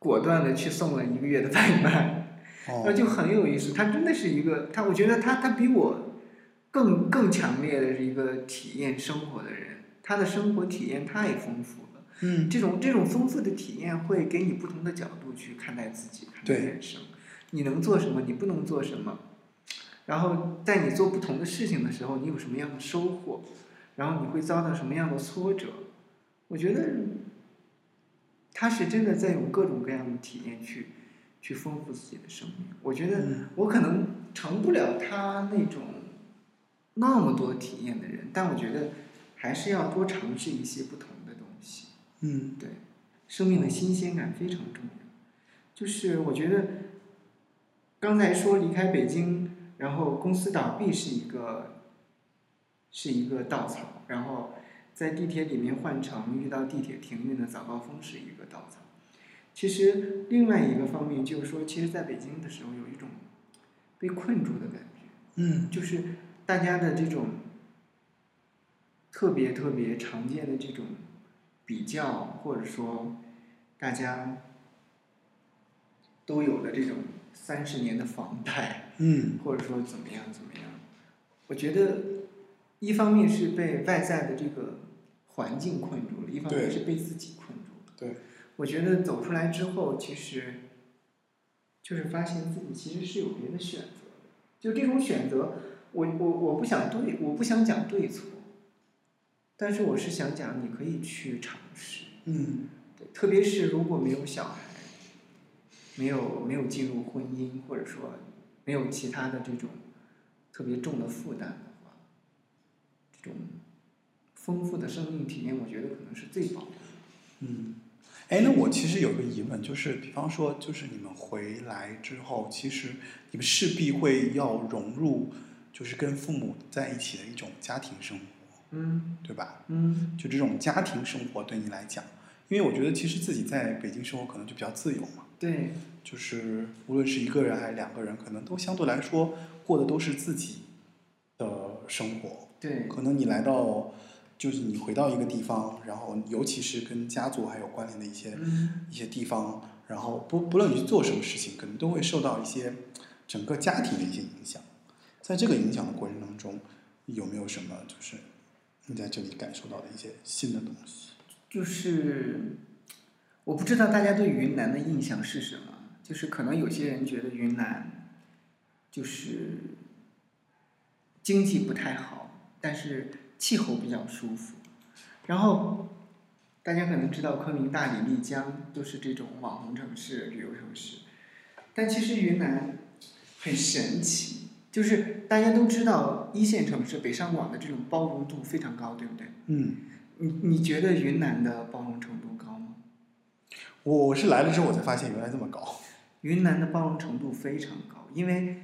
Speaker 3: 果断的去送了一个月的外卖，
Speaker 2: 哦
Speaker 3: 那，就很有意思。他真的是一个，他我觉得他他比我更更强烈的是一个体验生活的人，他的生活体验太丰富了。
Speaker 2: 嗯，
Speaker 3: 这种这种丰富的体验会给你不同的角度去看待自己，看待
Speaker 2: 对
Speaker 3: 人生。你能做什么？你不能做什么？然后在你做不同的事情的时候，你有什么样的收获？然后你会遭到什么样的挫折？我觉得他是真的在用各种各样的体验去去丰富自己的生命。我觉得
Speaker 2: 嗯
Speaker 3: 我可能成不了他那种那么多体验的人，但我觉得还是要多尝试一些不同的东西。
Speaker 2: 嗯
Speaker 3: 对，生命的新鲜感非常重要。就是我觉得，刚才说离开北京，然后公司倒闭是一个，是一个稻草，然后在地铁里面换乘遇到地铁停运的早高峰是一个稻草。其实另外一个方面就是说，其实在北京的时候有一种被困住的感觉。
Speaker 2: 嗯，
Speaker 3: 就是大家的这种特别特别常见的这种比较，或者说大家都有了这种三十年的房贷，
Speaker 2: 嗯
Speaker 3: 或者说怎么样怎么样。我觉得一方面是被外在的这个环境困住了，一方面
Speaker 2: 对
Speaker 3: 是被自己困住了。
Speaker 2: 对，
Speaker 3: 我觉得走出来之后，其实就是发现自己其实是有别的选择的，就这种选择，我我我不想对，我不想讲对错，但是我是想讲你可以去尝试。
Speaker 2: 嗯
Speaker 3: 对，特别是如果没有小孩，没有没有进入婚姻，或者说没有其他的这种特别重的负担的话，这种丰富的生命体验，我觉得可能是最宝贵的。
Speaker 2: 嗯。哎，那我其实有一个疑问，就是比方说，就是你们回来之后，其实你们势必会要融入，就是跟父母在一起的一种家庭生活，
Speaker 3: 嗯
Speaker 2: 对吧？
Speaker 3: 嗯
Speaker 2: 就这种家庭生活对你来讲，因为我觉得其实自己在北京生活可能就比较自由嘛，
Speaker 3: 对
Speaker 2: 就是无论是一个人还是两个人，可能都相对来说过的都是自己的生活。
Speaker 3: 对
Speaker 2: 可能你来到，就是你回到一个地方，然后尤其是跟家族还有关联的一些
Speaker 3: 嗯
Speaker 2: 一些地方，然后不不论你去做什么事情，可能都会受到一些整个家庭的一些影响。在这个影响的过程当中，有没有什么就是你在这里感受到的一些新的东西？
Speaker 3: 就是我不知道大家对云南的印象是什么，就是可能有些人觉得云南就是经济不太好，但是气候比较舒服。然后大家可能知道昆明、大理、丽江都是这种网红城市、旅游城市，但其实云南很神奇，就是大家都知道一线城市北上广的这种包容度非常高，对不对？
Speaker 2: 嗯，
Speaker 3: 你你觉得云南的包容程度高吗？
Speaker 2: 我我是来了之后我才发现原来这么 <laughs> 高。
Speaker 3: 云南的包容程度非常高，因为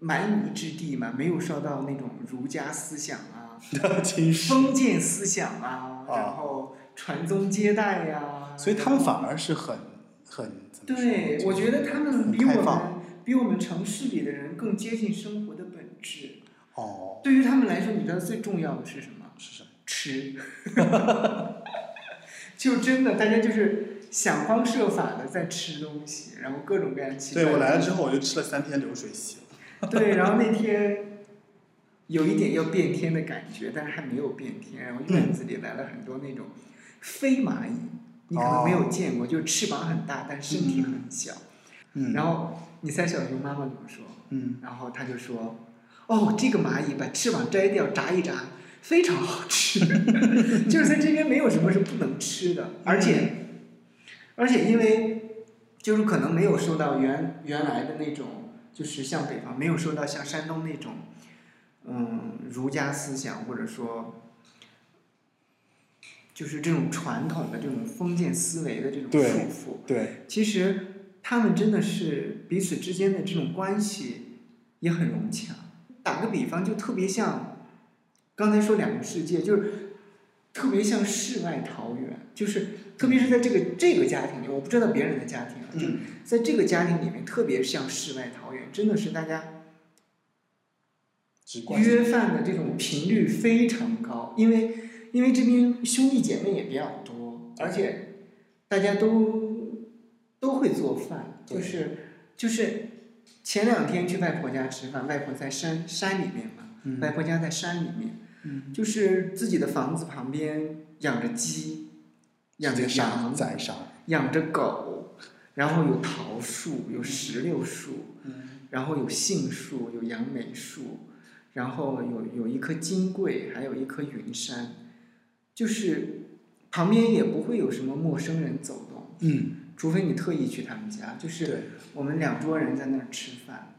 Speaker 3: 蛮夷之地嘛，没有受到那种儒家思想啊、
Speaker 2: 其实，
Speaker 3: 封建思想啊，
Speaker 2: 啊
Speaker 3: 然后传宗接代啊呀、
Speaker 2: 哦所以他们反而是很很怎么说
Speaker 3: 对，我觉得他们比
Speaker 2: 很
Speaker 3: 我
Speaker 2: 开
Speaker 3: 们
Speaker 2: 放
Speaker 3: 比我们城市里的人更接近生活的本质。
Speaker 2: 哦
Speaker 3: 对于他们来说，你知道最重要的是什么？
Speaker 2: 是什么？
Speaker 3: 吃， <laughs> 就真的大家就是想方设法的在吃东西，然后各种各样奇怪。
Speaker 2: 对我来了之后我就吃了三天流水席了。
Speaker 3: 后。 <laughs> 对，然后那天有一点要变天的感觉，但是还没有变天。然后
Speaker 2: 嗯
Speaker 3: 院子里来了很多那种飞蚂蚁，你可能没
Speaker 2: 哦
Speaker 3: 有见过，就翅膀很大，但身体很小。
Speaker 2: 嗯，
Speaker 3: 然
Speaker 2: 后
Speaker 3: 后你猜小熊妈妈怎么说？
Speaker 2: 嗯，
Speaker 3: 然后他就说：“哦，这个蚂蚁把翅膀摘掉，炸一炸，非常好吃。 <laughs> 就是在这边没有什么是不能吃的，而且，而且因为就是可能没有受到原原来的那种，就是像北方没有受到像山东那种，嗯，儒家思想或者说。”就是这种传统的这种封建思维的这种
Speaker 2: 对
Speaker 3: 束缚，
Speaker 2: 对，
Speaker 3: 其实他们真的是彼此之间的这种关系也很融洽。打个比方，就特别像刚才说两个世界，就是特别像世外桃源，就是特别是在这个这个家庭里，我不知道别人的家庭啊，就
Speaker 2: 嗯
Speaker 3: 在这个家庭里面，特别像世外桃源，真的是大家
Speaker 2: 直观
Speaker 3: 约饭的这种频率非常高，因为因为这边兄弟姐妹也比较多，而且大家都都会做饭，
Speaker 2: 对
Speaker 3: 就是就是前两天去外婆家吃饭，外婆在山山里面嘛，
Speaker 2: 嗯
Speaker 3: 外婆家在山里面，
Speaker 2: 嗯
Speaker 3: 就是自己的房子旁边养着鸡，养着
Speaker 2: 直接杀
Speaker 3: 羊，
Speaker 2: 宰杀。
Speaker 3: 养着狗，然后有桃树，有石榴树，
Speaker 2: 嗯
Speaker 3: 然后有杏树，有杨梅树，然后有有一棵金桂，还有一棵云杉，就是旁边也不会有什么陌生人走动，
Speaker 2: 嗯，
Speaker 3: 除非你特意去他们家。就是
Speaker 2: 对，
Speaker 3: 我们两桌人在那儿吃饭，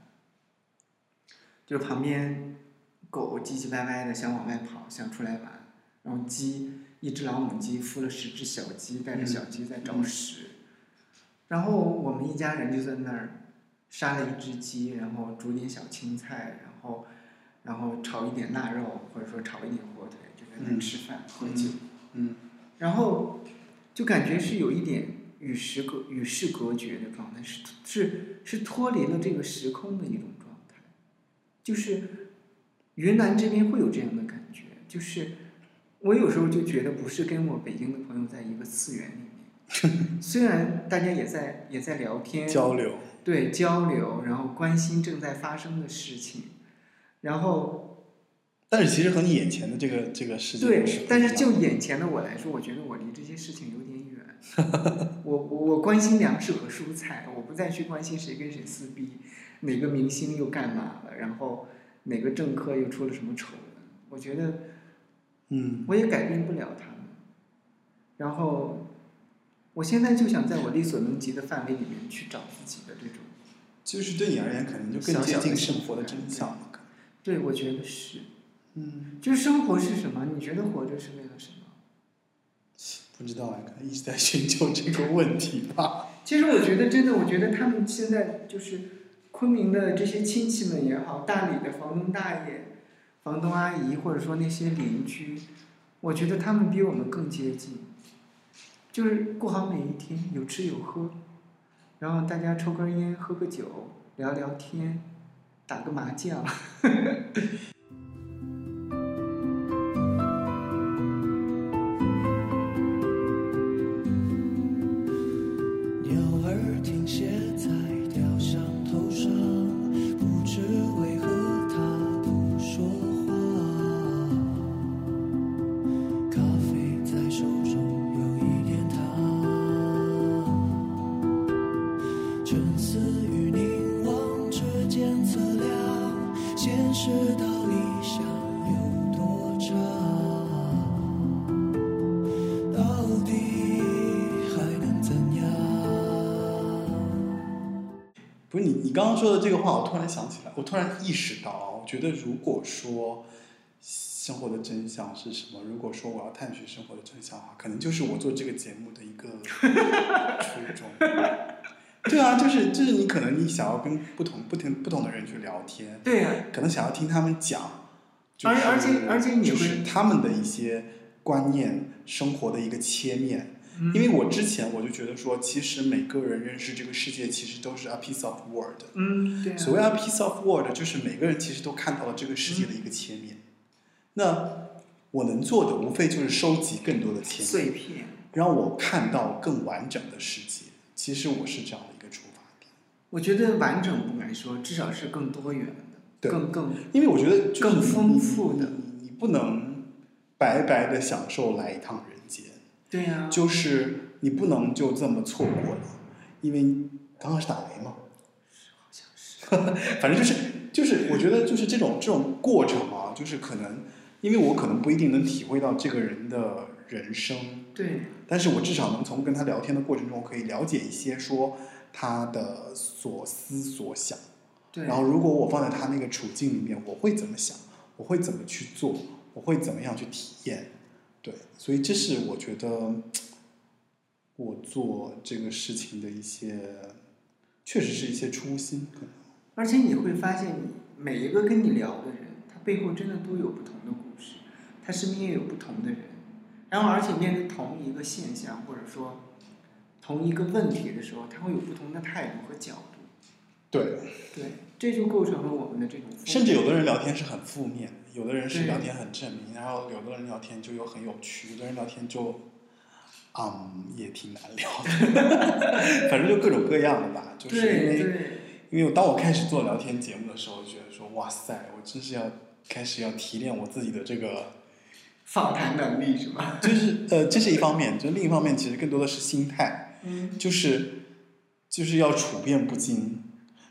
Speaker 3: 就是旁边狗唧唧歪歪的想往外跑，想出来玩，然后鸡一只老母鸡孵了十只小鸡，带着小鸡在找食，然后我们一家人就在那儿杀了一只鸡，然后煮点小青菜，然后然后炒一点腊肉，或者说炒一点火腿，就在那儿
Speaker 2: 嗯
Speaker 3: 吃饭、喝
Speaker 2: 嗯
Speaker 3: 酒，
Speaker 2: 嗯，
Speaker 3: 然后就感觉是有一点与时隔与世隔绝的状态，是是是脱离了这个时空的一种状态，就是云南这边会有这样的感觉，就是我有时候就觉得不是跟我北京的
Speaker 2: <laughs>
Speaker 3: 朋友在一个次元里面，虽然大家也在也在聊天
Speaker 2: 交流。
Speaker 3: 对交流，然后关心正在发生的事情，然后
Speaker 2: 但是其实和你眼前的这个这个世界
Speaker 3: 对
Speaker 2: 是不一样，
Speaker 3: 但是就眼前的我来说，我觉得我离这些事情有点远。
Speaker 2: <laughs>
Speaker 3: 我我我关心粮食和蔬菜，我不再去关心谁跟谁撕逼，哪个明星又干嘛了，然后哪个政客又出了什么丑闻。我觉得
Speaker 2: 嗯，
Speaker 3: 我也改变不了他们。然后，我现在就想在我力所能及的范围里面去找自己的这种。
Speaker 2: 就是对你而言可能就更接
Speaker 3: 小小
Speaker 2: 近
Speaker 3: 的
Speaker 2: 生活的真相了。可能
Speaker 3: 对，我觉得是，
Speaker 2: 嗯，
Speaker 3: 就是生活是什么？你觉得活着是为了什么？
Speaker 2: 不知道哎，可能一直在寻求这个问题吧。
Speaker 3: 其实我觉得真的，我觉得他们现在就是昆明的这些亲戚们也好，大理的房东大爷、房东阿姨，或者说那些邻居，我觉得他们比我们更接近，就是过好每一天，有吃有喝，然后大家抽根烟、喝个酒、聊聊天、打个麻将。
Speaker 6: 鸟儿停歇在雕像头上，不知为何它不说话。咖啡在手中有一点烫，沉思与凝望之间测量，现实到理想有多长？到底还能怎样？
Speaker 2: 不是你，你刚刚说的这个话，我突然想起来，我突然意识到啊，我觉得如果说生活的真相是什么，如果说我要探寻生活的真相的话，可能就是我做这个节目的一个 <laughs> 初衷。对啊，就是就是你可能你想要跟不同不同不同的人去聊天，
Speaker 3: 对啊呀、
Speaker 2: 可能想要听他们讲，就
Speaker 3: 而
Speaker 2: 是、
Speaker 3: 而且而且你
Speaker 2: 就
Speaker 3: 会
Speaker 2: 是他们的一些观念、生活的一个切面。
Speaker 3: 嗯
Speaker 2: 因为我之前我就觉得说，其实每个人认识这个世界，其实都是 a piece of world。
Speaker 3: 嗯，对、啊。
Speaker 2: 所谓 a piece of world，就是每个人其实都看到了这个世界的一个切面。那我能做的无非就是收集更多的切面，
Speaker 3: 碎片，
Speaker 2: 让我看到更完整的世界。其实我是这样的一个出发点，
Speaker 3: 我觉得完整不敢说，至少是更多元的，
Speaker 2: 对
Speaker 3: 更更
Speaker 2: 因为我觉得就是
Speaker 3: 更
Speaker 2: 你
Speaker 3: 丰富的
Speaker 2: 你你你不能白白的享受来一趟人间。
Speaker 3: 对啊呀、
Speaker 2: 就是你不能就这么错过了，因为刚刚是打雷嘛， <laughs> 反正就是就是，我觉得就是这种这种过程啊，就是可能，因为我可能不一定能体会到这个人的人生，
Speaker 3: 对，
Speaker 2: 但是我至少能从跟他聊天的过程中，可以了解一些说他的所思所想。
Speaker 3: 对，
Speaker 2: 然后如果我放在他那个处境里面，我会怎么想？我会怎么去做？我会怎么样去体验？对，所以这是我觉得我做这个事情的一些，确实是一些初心。可能
Speaker 3: 而且你会发现，你每一个跟你聊的人，他背后真的都有不同的故事，他身边也有不同的人，然后而且面对同一个现象或者说同一个问题的时候，他会有不同的态度和角度，
Speaker 2: 对，
Speaker 3: 对，这就构成了我们的这种丰富，
Speaker 2: 甚至有的人聊天是很负面，有的人是
Speaker 3: 对
Speaker 2: 聊天很正面，然后有的人聊天就又很有趣，有的人聊天就，嗯，也挺难聊 <laughs> 的，反正就各种各样的吧，就是因
Speaker 3: 对
Speaker 2: 为
Speaker 3: 对
Speaker 2: 因为我当我开始做聊天节目的时候，我觉得说哇塞，我真是要开始要提炼我自己的这个，
Speaker 3: 访谈能力是吧？
Speaker 2: 就是呃，这是一方面，就另一方面其实更多的是心态，
Speaker 3: 嗯，
Speaker 2: 就是就是要处变不惊，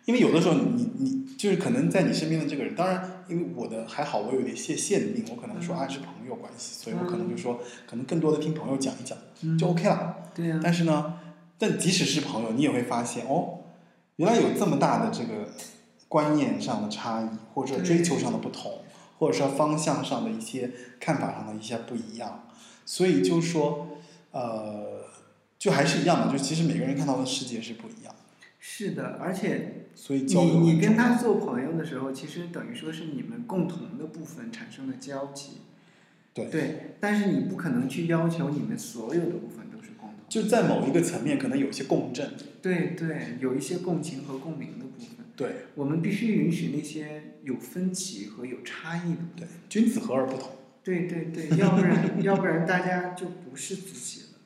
Speaker 2: 因为有的时候你你你就是可能在你身边的这个人，当然因为我的还好，我有点限限定，我可能说
Speaker 3: 嗯
Speaker 2: 啊是朋友关系，所以我
Speaker 3: 嗯
Speaker 2: 可能就说可能更多的听朋友讲一讲
Speaker 3: 嗯
Speaker 2: 就 OK 了，
Speaker 3: 对啊呀、
Speaker 2: 但是呢，但即使是朋友，你也会发现哦，原来有这么大的这个观念上的差异，或者说追求上的不同，或者说方向上的一些看法上的一些不一样，所以就说，呃，就还是一样的，就其实每个人看到的世界是不一样的，
Speaker 3: 是的，而且
Speaker 2: 所以交
Speaker 3: 你
Speaker 2: 流很
Speaker 3: 你
Speaker 2: 重要
Speaker 3: 跟他做朋友的时候，其实等于说是你们共同的部分产生了交集。
Speaker 2: 对
Speaker 3: 对，但是你不可能去要求你们所有的部分都是共同的。
Speaker 2: 就在某一个层面可能有一些共振，
Speaker 3: 对对，有一些共情和共鸣的部分，
Speaker 2: 对
Speaker 3: 我们必须允许那些有分歧和有差异的部
Speaker 2: 对
Speaker 3: 分。，
Speaker 2: 君子和而不同，
Speaker 3: 对对对，要不然要不然大家就不是自己了。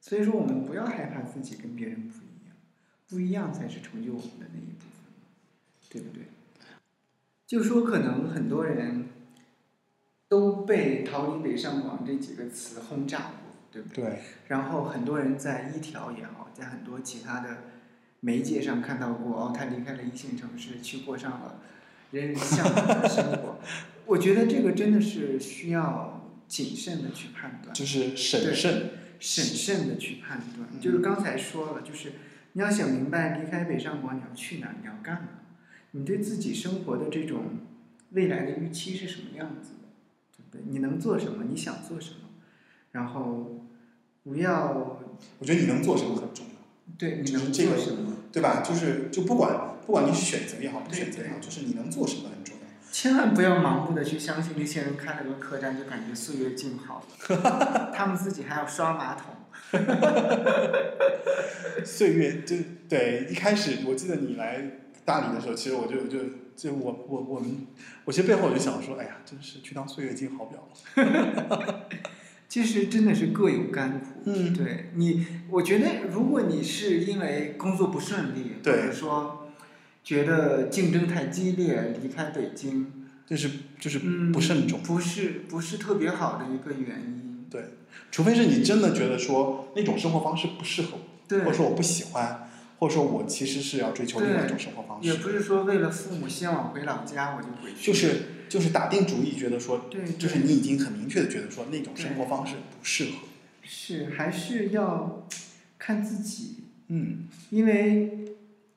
Speaker 3: 所以说，我们不要害怕自己跟别人不一样，不一样才是成就我们的那一部分，对不对？就说可能很多人都被“逃离北上广”这几个词轰炸过，对不对？
Speaker 2: 对，
Speaker 3: 然后很多人在一条也好，在很多其他的媒介上看到过，哦，他离开了一线城市，去过上了人人向往的生活。我觉得这个真的是需要谨慎的去判断，
Speaker 2: 就是审慎，
Speaker 3: 审慎的去判断。就是刚才说了，就是你要想明白离开北上广你要去哪儿，你要干嘛，你对自己生活的这种未来的预期是什么样子的，对不对？你能做什么？你想做什么？然后不要
Speaker 2: 我觉得你能做什么很重要，
Speaker 3: 对你
Speaker 2: 就
Speaker 3: 能
Speaker 2: 是这
Speaker 3: 做
Speaker 2: 个
Speaker 3: 什么，
Speaker 2: 对吧？就是就不管不管你选择也好，不选择也好，
Speaker 3: 对
Speaker 2: 就是你能做什么很重要。
Speaker 3: 千万不要盲目的去相信那些人开了个客栈就感觉岁月静好
Speaker 2: <laughs>
Speaker 3: 了，他们自己还要刷马桶。
Speaker 2: 岁月就对，一开始我记得你来大理的时候，其实我就就就我我我们，我其实背后我就想说，哎呀，真是去当岁月静好不了了。
Speaker 3: 其实真的是各有甘苦。
Speaker 2: 嗯
Speaker 3: 对你，我觉得如果你是因为工作不顺利，或
Speaker 2: 对
Speaker 3: 者说觉得竞争太激烈离开北京，
Speaker 2: 就是就是
Speaker 3: 嗯，
Speaker 2: 不慎重，
Speaker 3: 不是不是特别好的一个原因。
Speaker 2: 对，除非是你真的觉得说那种生活方式不适合我，
Speaker 3: 对
Speaker 2: 或，者说我不喜欢，或者说我其实是要追求另外一种生活方
Speaker 3: 也
Speaker 2: 式，
Speaker 3: 不是说为了父母先往回老家我就回去，
Speaker 2: 就是就是打定主意觉得说，
Speaker 3: 对，对
Speaker 2: 就是你已经很明确的觉得说那种
Speaker 3: 对
Speaker 2: 生活方式不适合，
Speaker 3: 是还是要看自己。
Speaker 2: 嗯，
Speaker 3: 因为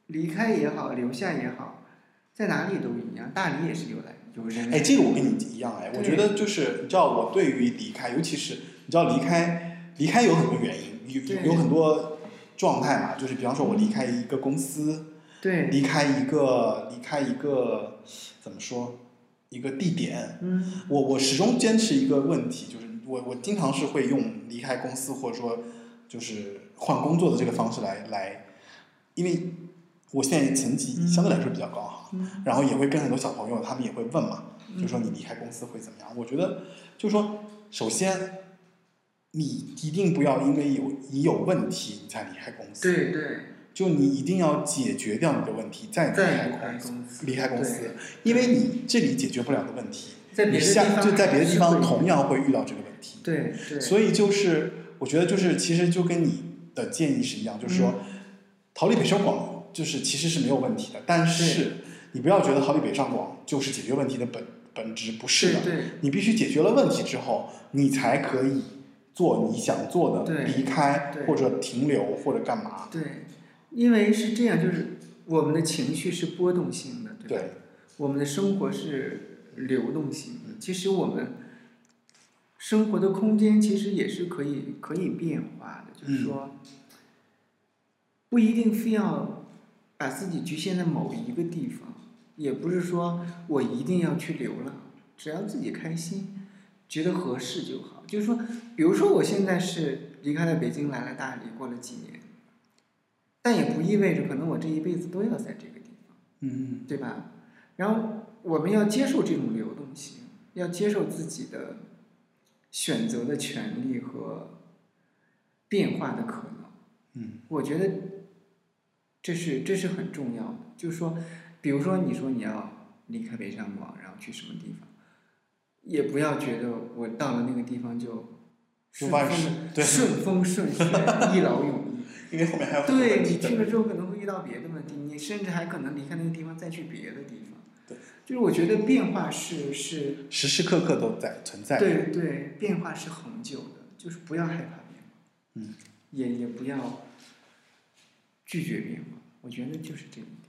Speaker 3: 离开也好，留下也好，在哪里都一样。大理也是有来有人来
Speaker 2: 哎，这个我跟你一样哎，
Speaker 3: 对
Speaker 2: 我觉得就是你知道我对于离开，尤其是你知道离开离开有很多原因，有
Speaker 3: 对
Speaker 2: 有很多状态嘛，就是比方说我离开一个公司，
Speaker 3: 对，
Speaker 2: 离开一个离开一个怎么说一个地点，
Speaker 3: 嗯，
Speaker 2: 我我始终坚持一个问题，就是我我经常是会用离开公司或者说就是换工作的这个方式来来，因为我现在层级相对来说比较高哈，
Speaker 3: 嗯
Speaker 2: 然后也会跟很多小朋友他们也会问嘛，
Speaker 3: 嗯
Speaker 2: 就说你离开公司会怎么样？我觉得就是说，首先你一定不要因为有你有问题你才离开公司，
Speaker 3: 对对，
Speaker 2: 就你一定要解决掉你的问题，再
Speaker 3: 在
Speaker 2: 离
Speaker 3: 离开
Speaker 2: 开公司。
Speaker 3: 公司，
Speaker 2: 离开公司
Speaker 3: 对，
Speaker 2: 因为你这里解决不了的问题，
Speaker 3: 在别
Speaker 2: 你
Speaker 3: 的地方
Speaker 2: 下就在别的地
Speaker 3: 还
Speaker 2: 方
Speaker 3: 是会有
Speaker 2: 同样会遇到这个问题。
Speaker 3: 对对，
Speaker 2: 所以就是我觉得就是其实就跟你的建议是一样，就是说、
Speaker 3: 嗯
Speaker 2: 逃离北上广就是其实是没有问题的，但是你不要觉得逃离北上广就是解决问题的本本质，不是的
Speaker 3: 对。对
Speaker 2: 你必须解决了问题之后，你才可以做你想做的
Speaker 3: 对
Speaker 2: 离开
Speaker 3: 对
Speaker 2: 或者停留或者干嘛。
Speaker 3: 对，因为是这样，就是我们的情绪是波动性的，对吧？
Speaker 2: 对，
Speaker 3: 我们的生活是流动性的，其实我们生活的空间其实也是可以可以变化的，就是说，不一定非要把自己局限在某一个地方，也不是说我一定要去流浪，只要自己开心，觉得合适就好。就是说，比如说我现在是离开了北京，来了大理，过了几年，但也不意味着可能我这一辈子都要在这个地方。
Speaker 2: 嗯，
Speaker 3: 对吧？然后我们要接受这种流动性，要接受自己的选择的权利和变化的可能。
Speaker 2: 嗯，
Speaker 3: 我觉得这是这是很重要的。就是说，比如说你说你要离开北上广，然后去什么地方，也不要觉得我到了那个地方就
Speaker 2: 就
Speaker 3: 顺
Speaker 2: 万
Speaker 3: 风
Speaker 2: 事对
Speaker 3: 顺风顺
Speaker 2: <laughs>
Speaker 3: 水，一劳永逸。
Speaker 2: 因为后面还有很多
Speaker 3: 对
Speaker 2: 问题
Speaker 3: 你去了之后可能会遇到别的问题，你甚至还可能离开那个地方再去别的地方。
Speaker 2: 对，
Speaker 3: 就是我觉得变化是是，
Speaker 2: 时时刻刻都在存在。
Speaker 3: 对对，变化是恒久的，就是不要害怕变化，
Speaker 2: 嗯，
Speaker 3: 也也不要拒绝变化，我觉得就是这一点。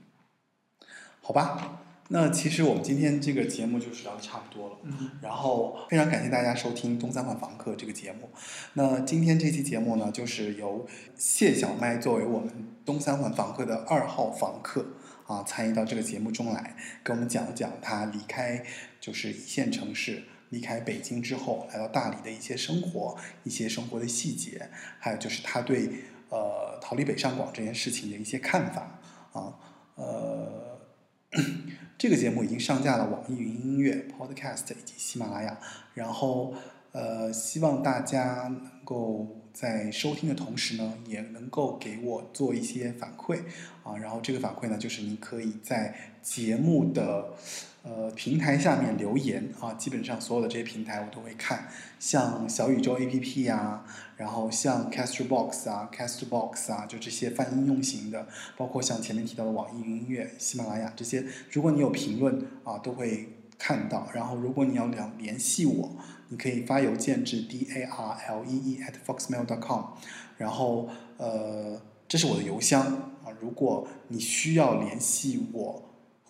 Speaker 2: 好吧，那其实我们今天这个节目就是聊的差不多了。
Speaker 3: 嗯，
Speaker 2: 然后非常感谢大家收听《东三环房客》这个节目。那今天这期节目呢，就是由谢小麦作为我们东三环房客的二号房客啊，参与到这个节目中来，跟我们讲讲他离开就是一线城市。离开北京之后，来到大理的一些生活、一些生活的细节，还有就是他对呃逃离北上广这件事情的一些看法啊，呃，这个节目已经上架了网易云音乐、Podcast 以及喜马拉雅，然后呃，希望大家能够在收听的同时呢，也能够给我做一些反馈啊。然后这个反馈呢，就是你可以在节目的呃平台下面留言啊，基本上所有的这些平台我都会看，像小宇宙 APP 呀、啊然后像 Castbox 啊、Castbox 啊，就这些泛应用型的，包括像前面提到的网易云音乐、喜马拉雅这些，如果你有评论啊，都会看到。然后如果你要联联系我，你可以发邮件至 d a r l e e at foxmail.com，然后呃，这是我的邮箱啊。如果你需要联系我，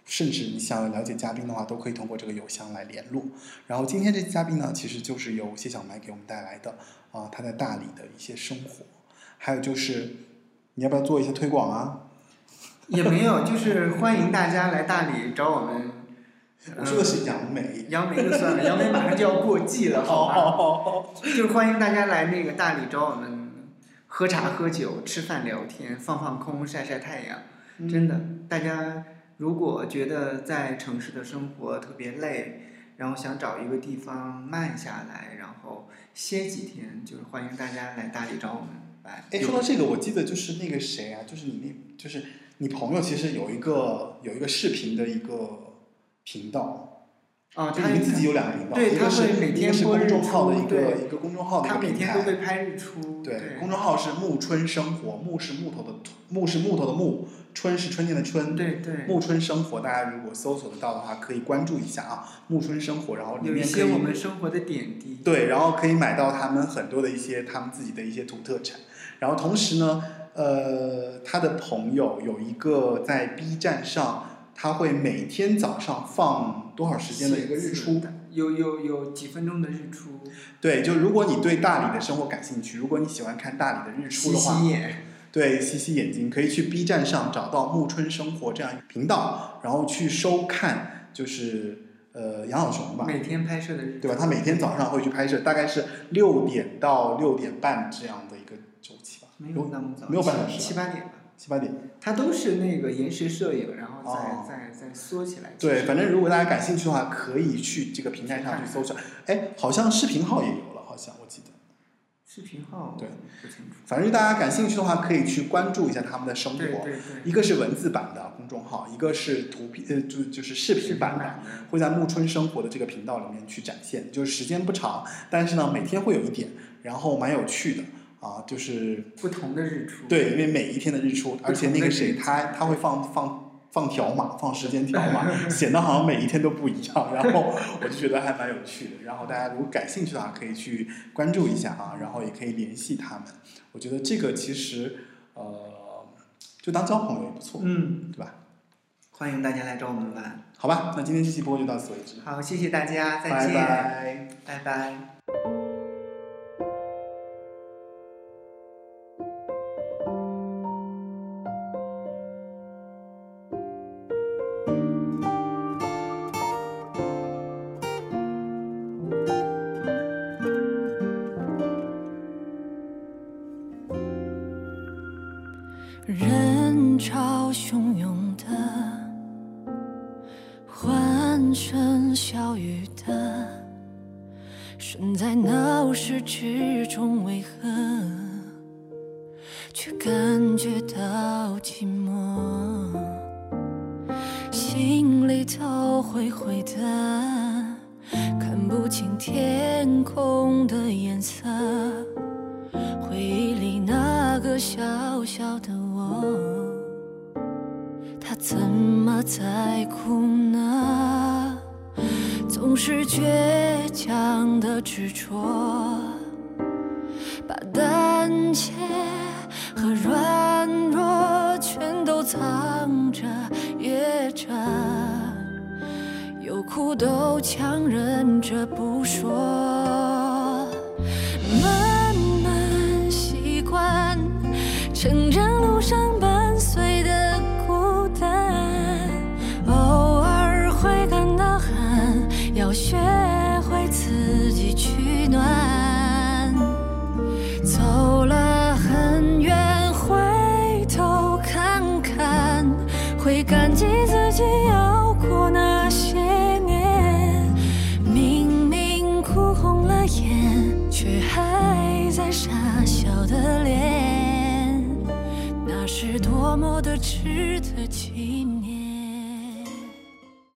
Speaker 2: 甚至你想了解嘉宾的话，都可以通过这个邮箱来联络。然后今天这期嘉宾呢，其实就是由谢小麦给我们带来的啊，他在大理的一些生活，还有就是你要不要做一些推广啊？
Speaker 3: 也没有，就是欢迎大家来大理找我们。
Speaker 2: <laughs> 我说的是杨梅。
Speaker 3: 杨梅就算 <laughs> 了，杨梅马上就要过季了，好吗？
Speaker 2: 哦，
Speaker 3: 就是欢迎大家来那个大理找我们喝茶、喝酒、吃饭、聊天、放放空、晒晒太阳。
Speaker 2: 嗯
Speaker 3: 真的，大家如果觉得在城市的生活特别累，然后想找一个地方慢下来，然后歇几天，就是欢迎大家来大理找我们来。
Speaker 2: 哎，说到这个，我记得就是那个谁啊，就是你那，就是你朋友，其实有一个有一个视频的一个频道，
Speaker 3: 哦，
Speaker 2: 就
Speaker 3: 他
Speaker 2: 你们自己有两个频道，
Speaker 3: 对
Speaker 2: 一个
Speaker 3: 他
Speaker 2: 是
Speaker 3: 会每
Speaker 2: 一个
Speaker 3: 天
Speaker 2: 是
Speaker 3: 播
Speaker 2: 公
Speaker 3: 日
Speaker 2: 众号的
Speaker 3: 出
Speaker 2: 一个
Speaker 3: 对
Speaker 2: 一个公众号的一
Speaker 3: 他
Speaker 2: 个
Speaker 3: 每
Speaker 2: 平
Speaker 3: 天都会
Speaker 2: 台，
Speaker 3: 拍日出。
Speaker 2: 对，公众号是暮春生活，暮是木头的土木是木头的木，春是春天的春，
Speaker 3: 对对，
Speaker 2: 暮春生活，大家如果搜索得到的话，可以关注一下啊，暮春生活，然后里
Speaker 3: 有一
Speaker 2: 面可
Speaker 3: 些我
Speaker 2: 以
Speaker 3: 们生活的点滴。
Speaker 2: 对，然后可以买到他们很多的一些他们自己的一些土特产。然后同时呢，呃，他的朋友有一个在 B 站上，他会每天早上放多少时间的一个日出？，
Speaker 3: 有有有几分钟的日出，
Speaker 2: 对，就如果你对大理的生活感兴趣，如果你喜欢看大理的日出
Speaker 3: 洗
Speaker 2: 的话，
Speaker 3: 洗眼。
Speaker 2: 对，洗洗眼睛，可以去 B 站上找到“暮春生活”这样一个频道，然后去收看，就是呃杨晓琼吧，
Speaker 3: 每天拍摄的日出，
Speaker 2: 对吧？他每天早上会去拍摄，大概是六点到六点半这样的一个周期吧，
Speaker 3: 没有那么早，
Speaker 2: 没有半小时吧
Speaker 3: 七八点吧。
Speaker 2: 七八点。
Speaker 3: 它都是那个延时摄影，然后再、
Speaker 2: 哦
Speaker 3: 再再缩起来。
Speaker 2: 对，反正如果大家感兴趣的话，可以去这个平台上去搜索。哎，好像视频号也有了，好像我记得。
Speaker 3: 视频号
Speaker 2: 对
Speaker 3: 不清楚。
Speaker 2: 反正大家感兴趣的话，可以去关注一下他们的生
Speaker 3: 对
Speaker 2: 活。
Speaker 3: 对对，
Speaker 2: 一个是文字版的公众号，一个是图片，呃，就就是视频版的。
Speaker 3: 版的。
Speaker 2: 会在暮春生活的这个频道里面去展现，就是时间不长，但是呢每天会有一点，然后蛮有趣的啊，就是
Speaker 3: 不同的日出。
Speaker 2: 对，因为每一天的日出，而且那个谁，他他会放放放条码，放时间条码，显得好像每一天都不一样。然后我就觉得还蛮有趣的。然后大家如果感兴趣的话，可以去关注一下啊，然后也可以联系他们。我觉得这个其实呃，就当交朋友也不错，
Speaker 3: 嗯，
Speaker 2: 对吧？
Speaker 3: 欢迎大家来找我们玩。
Speaker 2: 好吧，那今天这期播就到此为止，
Speaker 3: 好，谢谢大家，再
Speaker 2: 拜
Speaker 3: 见，
Speaker 2: 拜。
Speaker 3: 拜拜
Speaker 5: 人潮汹涌的，欢声笑语的，身在闹市之中，为何却感觉到寂寞？心里头灰灰的，看不清天空的颜色。回忆里那个小小的我，他怎么在哭呢？总是倔强的执着，把胆怯和软弱全都藏着掖着，有苦都强忍着不说。慢慢习惯，成长路上伴随的孤单，偶尔会感到寒，要学会自己取暖。走了很远，回头看看，会感激自己有过那些年。明明哭红了眼，却还在傻笑都吃得起你。